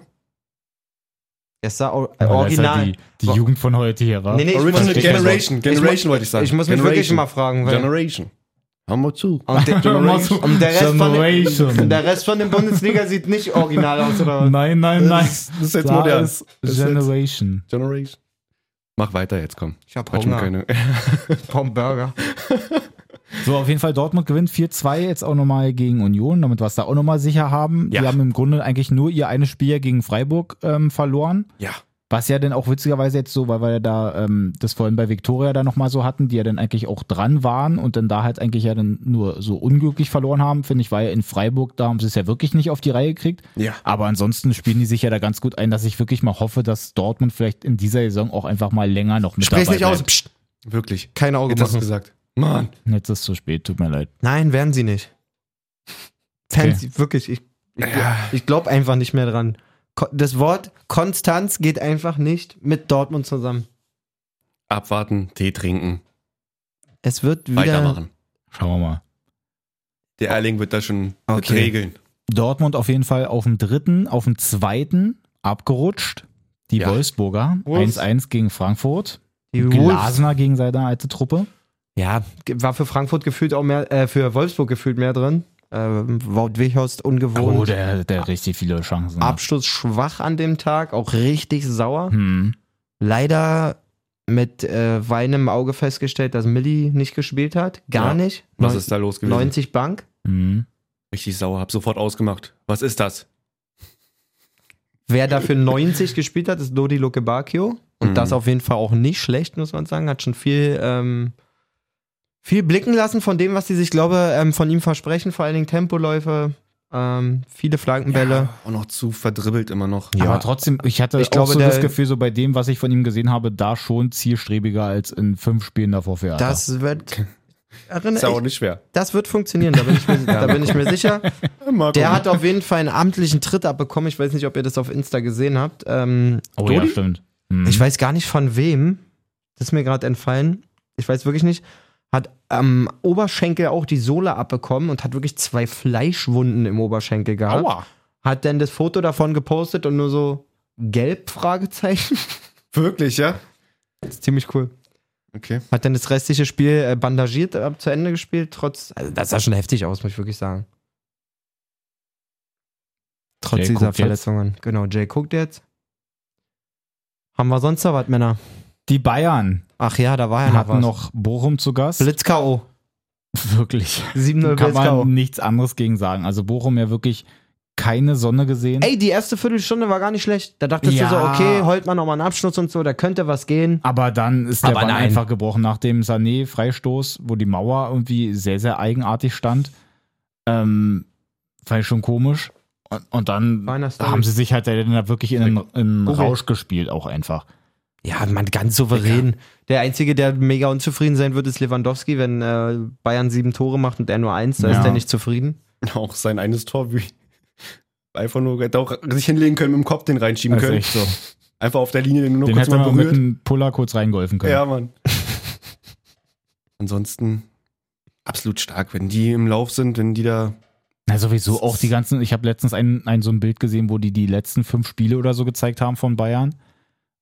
S5: Es sah o-
S4: Ja, da ist ja
S5: original.
S4: die die
S5: Wa-
S4: Jugend von heute hier, wa?
S5: Nee, nee, ich
S2: Original
S5: muss- ich
S2: Generation,
S5: muss- ich
S2: Generation
S5: muss-
S2: wollte ich sagen.
S5: Ich muss mich
S2: Generation.
S5: wirklich mal fragen, weil.
S2: Generation. Hör mal zu.
S5: Und der,
S4: Generation.
S5: und der, Rest von
S4: Generation.
S5: der, der Rest von der Bundesliga sieht nicht original aus, oder?
S4: Nein, nein, nein.
S2: Das, das ist jetzt
S4: Da
S2: modern.
S4: ist
S2: Das ist jetzt-
S4: Generation.
S2: Generation. Mach weiter jetzt, komm.
S5: Ich hab
S2: Quatsch mir
S5: Hunger.
S2: keine.
S5: Vom Burger.
S4: So, auf jeden Fall Dortmund gewinnt 4-2 jetzt auch nochmal gegen Union, damit wir es da auch nochmal sicher haben.
S2: Ja.
S4: Die haben im Grunde eigentlich nur ihr eines Spiel gegen Freiburg ähm, verloren.
S2: Ja.
S4: Was ja dann auch witzigerweise jetzt so, weil wir da ähm, das vorhin bei Viktoria da nochmal so hatten, die ja dann eigentlich auch dran waren und dann da halt eigentlich ja dann nur so unglücklich verloren haben, finde ich, weil in Freiburg, da haben sie es ja wirklich nicht auf die Reihe gekriegt.
S2: Ja.
S4: Aber ansonsten spielen die sich ja da ganz gut ein, dass ich wirklich mal hoffe, dass Dortmund vielleicht in dieser Saison auch einfach mal länger noch mit
S2: Sprich
S4: dabei
S2: nicht aus.
S4: bleibt.
S2: Psst. Wirklich.
S5: Kein Auge
S2: Jetzt hast du
S5: machen.
S2: gesagt. Mann.
S4: Jetzt ist es zu spät, tut mir leid.
S5: Nein, werden sie nicht. Werden sie wirklich. Ich, ich, ich glaube einfach nicht mehr dran. Ko- Das Wort Konstanz geht einfach nicht mit Dortmund zusammen.
S2: Abwarten, Tee trinken,
S5: Es wird wieder.
S2: weitermachen.
S4: Schauen wir mal.
S2: Der Erling wird da schon
S5: Okay.
S2: regeln.
S4: Dortmund auf jeden Fall auf dem dritten, auf dem zweiten abgerutscht. Die
S2: Ja.
S4: Wolfsburger
S5: Wolfs.
S4: 1-1 gegen Frankfurt.
S5: Die Wolves.
S4: Glasner gegen seine alte Truppe.
S5: Ja, ge- war für Frankfurt gefühlt auch mehr, äh, für Wolfsburg gefühlt mehr drin. Ähm, Wout Weghorst ungewohnt.
S4: Oh, der, der richtig viele Chancen. hat.
S5: Abschluss schwach an dem Tag, auch richtig sauer.
S4: Hm.
S5: Leider mit äh, Weinen im Auge festgestellt, dass Milli nicht gespielt hat. Gar
S2: Ja.
S5: nicht.
S2: Was
S5: Neun-
S2: ist da los gewesen?
S5: 90 Bank.
S4: Hm.
S2: Richtig sauer, hab sofort ausgemacht. Was ist das?
S5: Wer
S2: *laughs*
S5: dafür 90 gespielt hat, ist Dodi Lukebakio. Und
S2: Mhm.
S5: das auf jeden Fall auch nicht schlecht, muss man sagen. Hat schon viel, ähm, viel blicken lassen von dem, was sie sich, glaube ähm, von ihm versprechen. Vor allen Dingen Tempoläufe, ähm, viele Flankenbälle.
S2: Auch noch zu verdribbelt immer noch.
S4: Aber trotzdem, ich hatte
S5: Ich
S4: auch
S5: glaube,
S4: so
S5: der-
S4: das Gefühl, so bei dem, was ich von ihm gesehen habe, da schon zielstrebiger als in fünf Spielen davor für Hertha.
S5: Das wird.
S2: Ist ja
S5: erinnere
S2: auch
S5: ich.
S2: nicht schwer.
S5: Das wird funktionieren, da bin ich mir,
S2: *laughs*
S5: da bin ich mir sicher.
S2: Ja, mal
S5: Der
S2: gucken.
S5: hat auf jeden Fall einen amtlichen Tritt abbekommen. Ich weiß nicht, ob ihr das auf Insta gesehen habt.
S2: Mhm.
S5: Ähm,
S4: Oh
S5: Dodi?
S4: ja, stimmt. Hm.
S5: Ich weiß gar nicht von wem. Das ist mir gerade entfallen. Ich weiß wirklich nicht. Hat am Oberschenkel auch die Sohle abbekommen und hat wirklich zwei Fleischwunden im Oberschenkel gehabt.
S4: Aua.
S5: Hat dann das Foto davon gepostet und nur so gelb Fragezeichen.
S2: Wirklich, ja?
S5: Das ist ziemlich cool.
S2: Okay. *laughs*
S5: Hat dann das restliche Spiel äh, bandagiert äh, zu Ende gespielt, trotz. Also das sah schon heftig aus, muss ich wirklich sagen. Trotz
S4: Jay
S5: dieser
S4: guckt
S5: Verletzungen. Genau, Jay guckt jetzt. Haben wir sonst noch was, Männer?
S4: Die Bayern
S5: Ach ja, da war ja noch
S4: hatten
S5: was.
S4: noch Bochum zu Gast.
S5: Blitz-K.O.
S4: Wirklich. Kann
S5: 7-0 Blitz-K.O.
S4: man nichts anderes gegen sagen. Also Bochum ja wirklich keine Sonne gesehen.
S5: Ey, die erste Viertelstunde war gar nicht schlecht. Da dachtest
S4: Ja.
S5: du so, okay, holt man nochmal einen Abschluss und so, da könnte was gehen.
S4: Aber dann ist der
S5: Aber
S4: Bann
S5: nein.
S4: einfach gebrochen nach dem Sané-Freistoß, wo die Mauer irgendwie sehr, sehr eigenartig stand. Ähm, fand ich schon komisch. Und, und dann
S5: War in der Story.
S4: haben sie sich halt dann da wirklich in einen, in einen
S5: Google.
S4: Rausch gespielt, auch einfach.
S5: Ja, man, ganz souverän. Der Einzige, der mega unzufrieden sein wird, ist Lewandowski, wenn äh, Bayern sieben Tore macht und er nur eins, da
S4: Ja.
S5: ist er nicht zufrieden.
S2: Auch sein eines Tor, wie *laughs* einfach nur hätte auch sich hinlegen können, mit dem Kopf den reinschieben
S4: Das ist
S2: können.
S4: echt so.
S2: Einfach auf der Linie den nur
S4: Also Den
S2: kurz
S4: hätte
S2: mal
S4: man mit
S2: berührt.
S4: einem Puller kurz reingolfen können.
S2: Ja, Mann. Ansonsten absolut stark, wenn die im Lauf sind, wenn die da.
S4: Na, sowieso auch die ganzen, ich habe letztens ein, ein so ein Bild gesehen, wo die die letzten fünf Spiele oder so gezeigt haben von Bayern.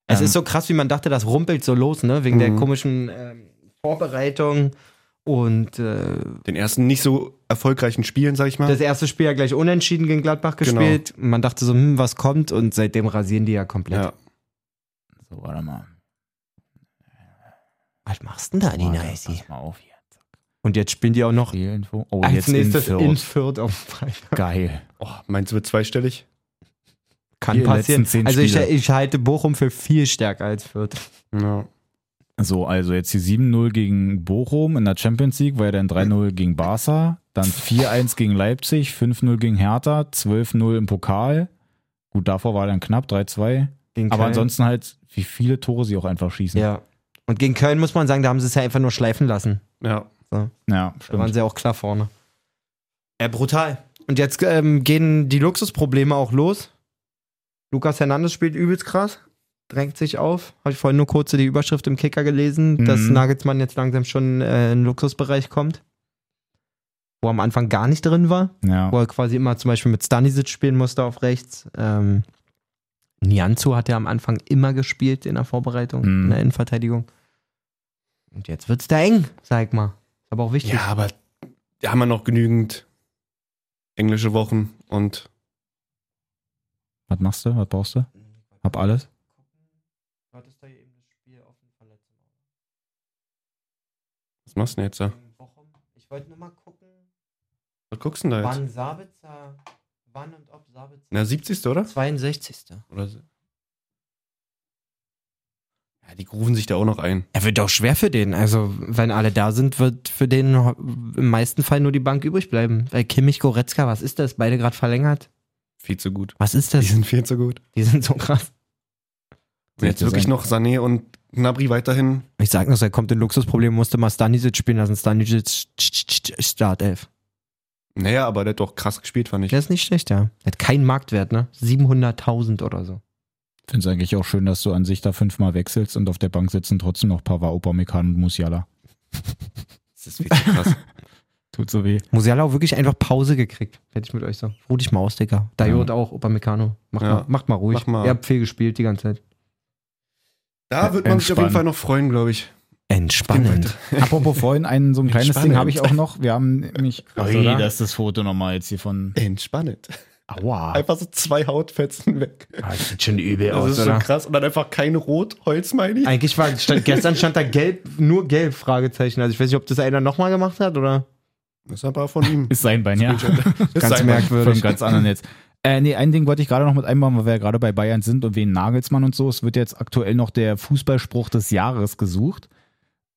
S5: Es
S4: Ähm,
S5: ist so krass, wie man dachte, das rumpelt so los, ne? Wegen der
S2: Mhm.
S5: komischen ähm, Vorbereitung. Und äh,
S2: den ersten nicht so erfolgreichen Spielen, sag ich mal.
S5: das erste Spiel ja gleich unentschieden gegen Gladbach
S2: Genau.
S5: gespielt. Man dachte so, hm, was kommt? Und seitdem rasieren die ja komplett.
S2: ja.
S4: So, warte mal.
S5: Was machst du denn da, Nina?
S4: Warte, pass mal auf hier.
S5: Und jetzt spielen die auch noch
S4: Fehlinfo. Oh,
S5: als nächstes
S4: Info.
S5: in Fürth auf Freitag.
S4: Geil.
S2: Oh, meinst du wird zweistellig?
S5: Kann
S4: Die
S5: passieren.
S4: letzten zehn
S5: Also ich,
S4: Spiele.
S5: ich halte Bochum für viel stärker als Fürth.
S2: Ja.
S4: So, also jetzt die 7-0 gegen Bochum in der Champions League, war ja dann 3-0 gegen Barca, dann 4-1 gegen Leipzig, 5-0 gegen Hertha, 12-0 im Pokal. Gut, davor war dann knapp 3-2.
S5: Gegen
S4: Aber
S5: Köln.
S4: ansonsten halt, wie viele Tore sie auch einfach schießen.
S5: Ja. Und gegen Köln muss man sagen, da haben sie es ja einfach nur schleifen lassen.
S2: Ja.
S4: ja
S5: Da waren
S4: stimmt.
S5: sie auch klar vorne. Ja, brutal. Und jetzt ähm, gehen die Luxusprobleme auch los. Lukas Hernandez spielt übelst krass, drängt sich auf. Habe ich vorhin nur kurz die Überschrift im Kicker gelesen,
S4: Mhm.
S5: dass Nagelsmann jetzt langsam schon äh, in den Luxusbereich kommt. Wo er am Anfang gar nicht drin war.
S4: Ja.
S5: wo er quasi immer zum Beispiel mit Stanisic spielen musste auf rechts. Ähm, Nianzu hat er am Anfang immer gespielt in der Vorbereitung,
S4: Mhm.
S5: in der Innenverteidigung. Und jetzt wird's da eng, sag mal. Ist aber auch wichtig.
S2: Ja, aber da haben wir noch genügend englische Wochen und
S4: Was machst du? Was brauchst du? Hab alles.
S2: was machst du denn jetzt da?
S5: Ich wollte nur mal gucken,
S2: Was guckst du denn da jetzt?
S5: wann Sabitzer, wann und ob Sabitzer.
S2: Na, 70. oder?
S5: 62.
S2: Oder so. Ja, die rufen sich da auch noch ein.
S5: Er wird auch schwer für den. Also, wenn alle da sind, wird für den im meisten Fall nur die Bank übrig bleiben. Weil Kimmich, Goretzka, was ist das? Beide gerade verlängert.
S2: Viel zu gut.
S5: Was ist
S2: Die
S5: das?
S2: sind viel zu gut.
S5: Die sind so krass.
S2: Und jetzt wirklich noch Sané und Gnabry weiterhin.
S5: Ich sag noch, er kommt in Luxusproblem, musste mal Stanisic spielen lassen. Stanisic st- st- st- Startelf.
S2: Naja, aber der hat doch krass gespielt, fand ich.
S5: Der ist nicht schlecht, ja. Der hat keinen Marktwert, ne? 700.000 oder so.
S4: Finde es eigentlich auch schön, dass du an sich da fünfmal wechselst und auf der Bank sitzen trotzdem noch Pava, Upamecano und Musiala.
S2: Das ist viel zu
S5: *laughs*
S2: krass.
S4: Tut so weh.
S5: Musiala auch wirklich einfach Pause gekriegt, hätte ich mit euch so. Ruh dich mal aus, Digga. Diod auch, Upamecano. Macht,
S2: Ja.
S5: mal, macht mal ruhig.
S2: Mach mal.
S5: Ihr habt viel gespielt die ganze Zeit.
S2: Da wird man sich auf jeden
S4: Entspannen.
S2: Fall noch freuen, glaube ich.
S5: Entspannend.
S4: *laughs* Apropos vorhin, ein so ein kleines
S2: Spannend.
S4: Ding habe ich auch noch. Wir *laughs* haben nämlich.
S2: Krass, oder?
S4: ist das Foto nochmal jetzt hier von.
S2: Entspannend.
S4: Aua.
S2: Einfach so zwei Hautfetzen weg.
S5: Ah, das sieht schon übel
S2: Das ist schon krass. Und dann einfach kein Rot, Holzmeini.
S5: Eigentlich war, stand, gestern stand da gelb, nur gelb, Fragezeichen. Also ich weiß nicht, ob das einer nochmal gemacht hat oder.
S2: Das ist aber von ihm.
S4: Ist sein Bein, ja. *laughs*
S2: Ist sein
S4: Von einem ganz anderen jetzt. Äh, nee, ein Ding wollte ich gerade noch mit einbauen, weil wir ja gerade bei Bayern sind und wen Nagelsmann und so. Es wird jetzt aktuell noch der Fußballspruch des Jahres gesucht.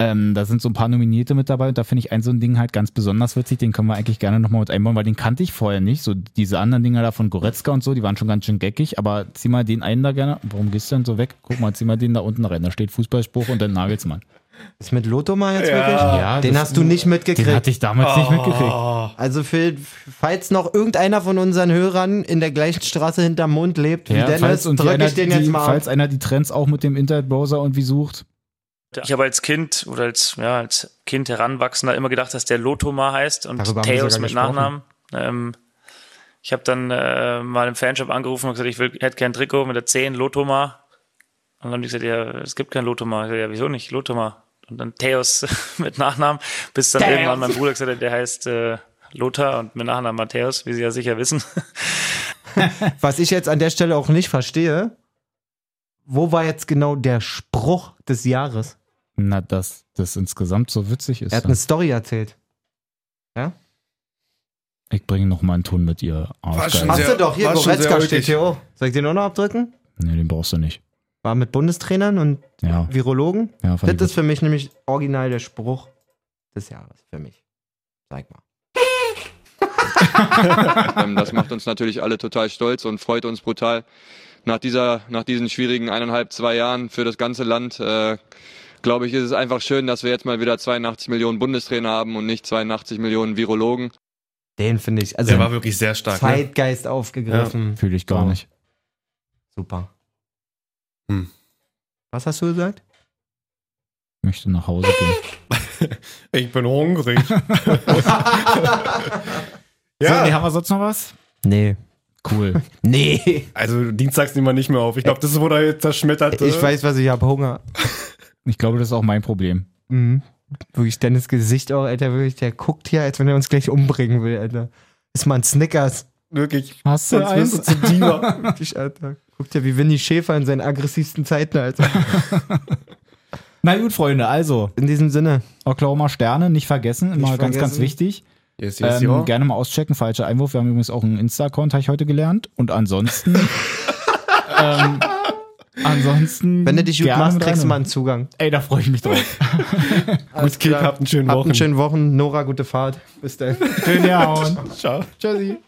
S4: Ähm, da sind so ein paar Nominierte mit dabei und da finde ich ein so ein Ding halt ganz besonders witzig. Den können wir eigentlich gerne nochmal mit einbauen, weil den kannte ich vorher nicht. So diese anderen Dinger da von Goretzka und so, die waren schon ganz schön geckig, aber zieh mal den einen da gerne. Warum gehst du denn so weg? Guck mal, zieh mal den da unten rein. Da steht Fußballspruch und dann Nagelsmann.
S5: Ist mit Lotto mal jetzt wirklich?
S4: Ja,
S5: Den
S4: das-
S5: hast du Oh. nicht mitgekriegt.
S4: Den hatte ich damals nicht mitgekriegt.
S5: Also Phil, falls noch irgendeiner von unseren Hörern in der gleichen Straße hinterm Mond lebt wie
S4: Ja,
S5: Dennis,
S4: falls, und die
S5: drücke
S4: einer,
S5: ich den jetzt
S4: die,
S5: mal
S4: falls
S5: falls
S4: einer die Trends auch mit dem Internetbrowser und wie sucht.
S6: Ich habe als Kind oder als, ja, als Kind Heranwachsender immer gedacht, dass der Lotoma heißt und
S5: Darüber haben wir
S6: Tails
S5: sogar
S6: mit
S5: gesprochen.
S6: Nachnamen. Ähm, ich habe dann äh, mal im Fanshop angerufen und gesagt, ich will, hätte gern ein Trikot mit der 10 Lotoma. Und dann haben die gesagt, ja, es gibt kein Lotoma. Ich sag, ja, wieso nicht? Lotoma. Und dann Theos *laughs* mit Nachnamen, bis dann irgendwann mein Bruder gesagt hat, der heißt äh, Lothar und mit Nachnamen Matthäus, wie Sie ja sicher wissen.
S5: Was ich jetzt an der Stelle auch nicht verstehe, wo war jetzt genau der Spruch des Jahres?
S4: Na, dass das insgesamt so witzig ist.
S5: Er hat eine Story erzählt.
S4: Ich bringe noch mal einen Ton mit ihr.
S2: Was schon
S4: Geil.
S5: Hast
S2: sehr-
S5: du doch, hier,
S2: war schon sehr
S5: Goretzka steht
S2: ulkig.
S5: hier auch. Soll ich den auch noch abdrücken?
S4: Nee, den brauchst du nicht.
S5: War mit Bundestrainern und
S4: Ja,
S5: Virologen.
S4: ja fand ich
S5: Das ist für mich nämlich original der Spruch des Jahres, für mich. Sag mal.
S7: Ähm, das macht uns natürlich alle total stolz und freut uns brutal. Nach dieser, nach diesen schwierigen eineinhalb, zwei Jahren für das ganze Land, äh, glaube ich, ist es einfach schön, dass wir jetzt mal wieder 82 Millionen Bundestrainer haben und nicht 82 Millionen Virologen.
S5: Den finde ich, also
S2: Der war wirklich sehr stark. Ne?
S5: Zeitgeist aufgegriffen.
S4: fühle ich gar
S5: So.
S4: nicht.
S5: Super.
S2: Hm.
S5: Was hast du gesagt?
S4: Ich möchte nach Hause gehen.
S2: Ich bin
S4: *laughs*
S2: hungrig.
S4: So,
S2: *laughs*
S4: nee,
S2: ja,
S4: haben wir sonst noch was?
S5: Nee.
S4: Cool.
S2: *laughs*
S5: Nee.
S2: also dienstags nehmen wir nicht mehr auf. Ich glaube, das wurde jetzt zerschmettert.
S5: Ich
S2: äh,
S5: weiß, was ich habe Hunger.
S4: Ich glaube, das ist auch mein Problem.
S5: Mhm. Wirklich Dennis Gesicht auch, Alter, wirklich, der guckt hier, als wenn er uns gleich umbringen will, Alter. Ist mal ein Snickers.
S2: Wirklich.
S4: Hast
S2: Sonst wirst du zum Diva.
S4: *laughs*
S5: Wirklich, Alter. Guckt ja wie Winnie Schäfer in seinen aggressivsten Zeiten, Alter.
S4: Na gut, Freunde, also
S5: In diesem Sinne.
S4: Oklahoma Sterne, nicht vergessen, immer
S5: Nicht
S4: ganz, ganz
S5: vergessen.
S4: wichtig.
S2: Yes, yes,
S4: Ähm,
S2: ja.
S4: gerne mal auschecken, falscher Einwurf. Wir haben übrigens auch einen Insta-Account, habe ich heute gelernt. Und
S5: *laughs*
S4: ansonsten. ähm, ansonsten.
S5: Wenn du dich gut
S4: gerne
S5: machst,
S4: mit
S5: kriegst du
S4: rein.
S5: mal einen Zugang.
S4: Ey, da freue ich mich drauf.
S5: *laughs* Alles
S2: Kind, habt einen schönen
S5: Habt
S2: Wochen. *laughs*
S5: einen schönen Wochen. Nora, gute Fahrt. Bis dann.
S4: Schön, ja. Und
S2: Ciao.
S4: tschüssi.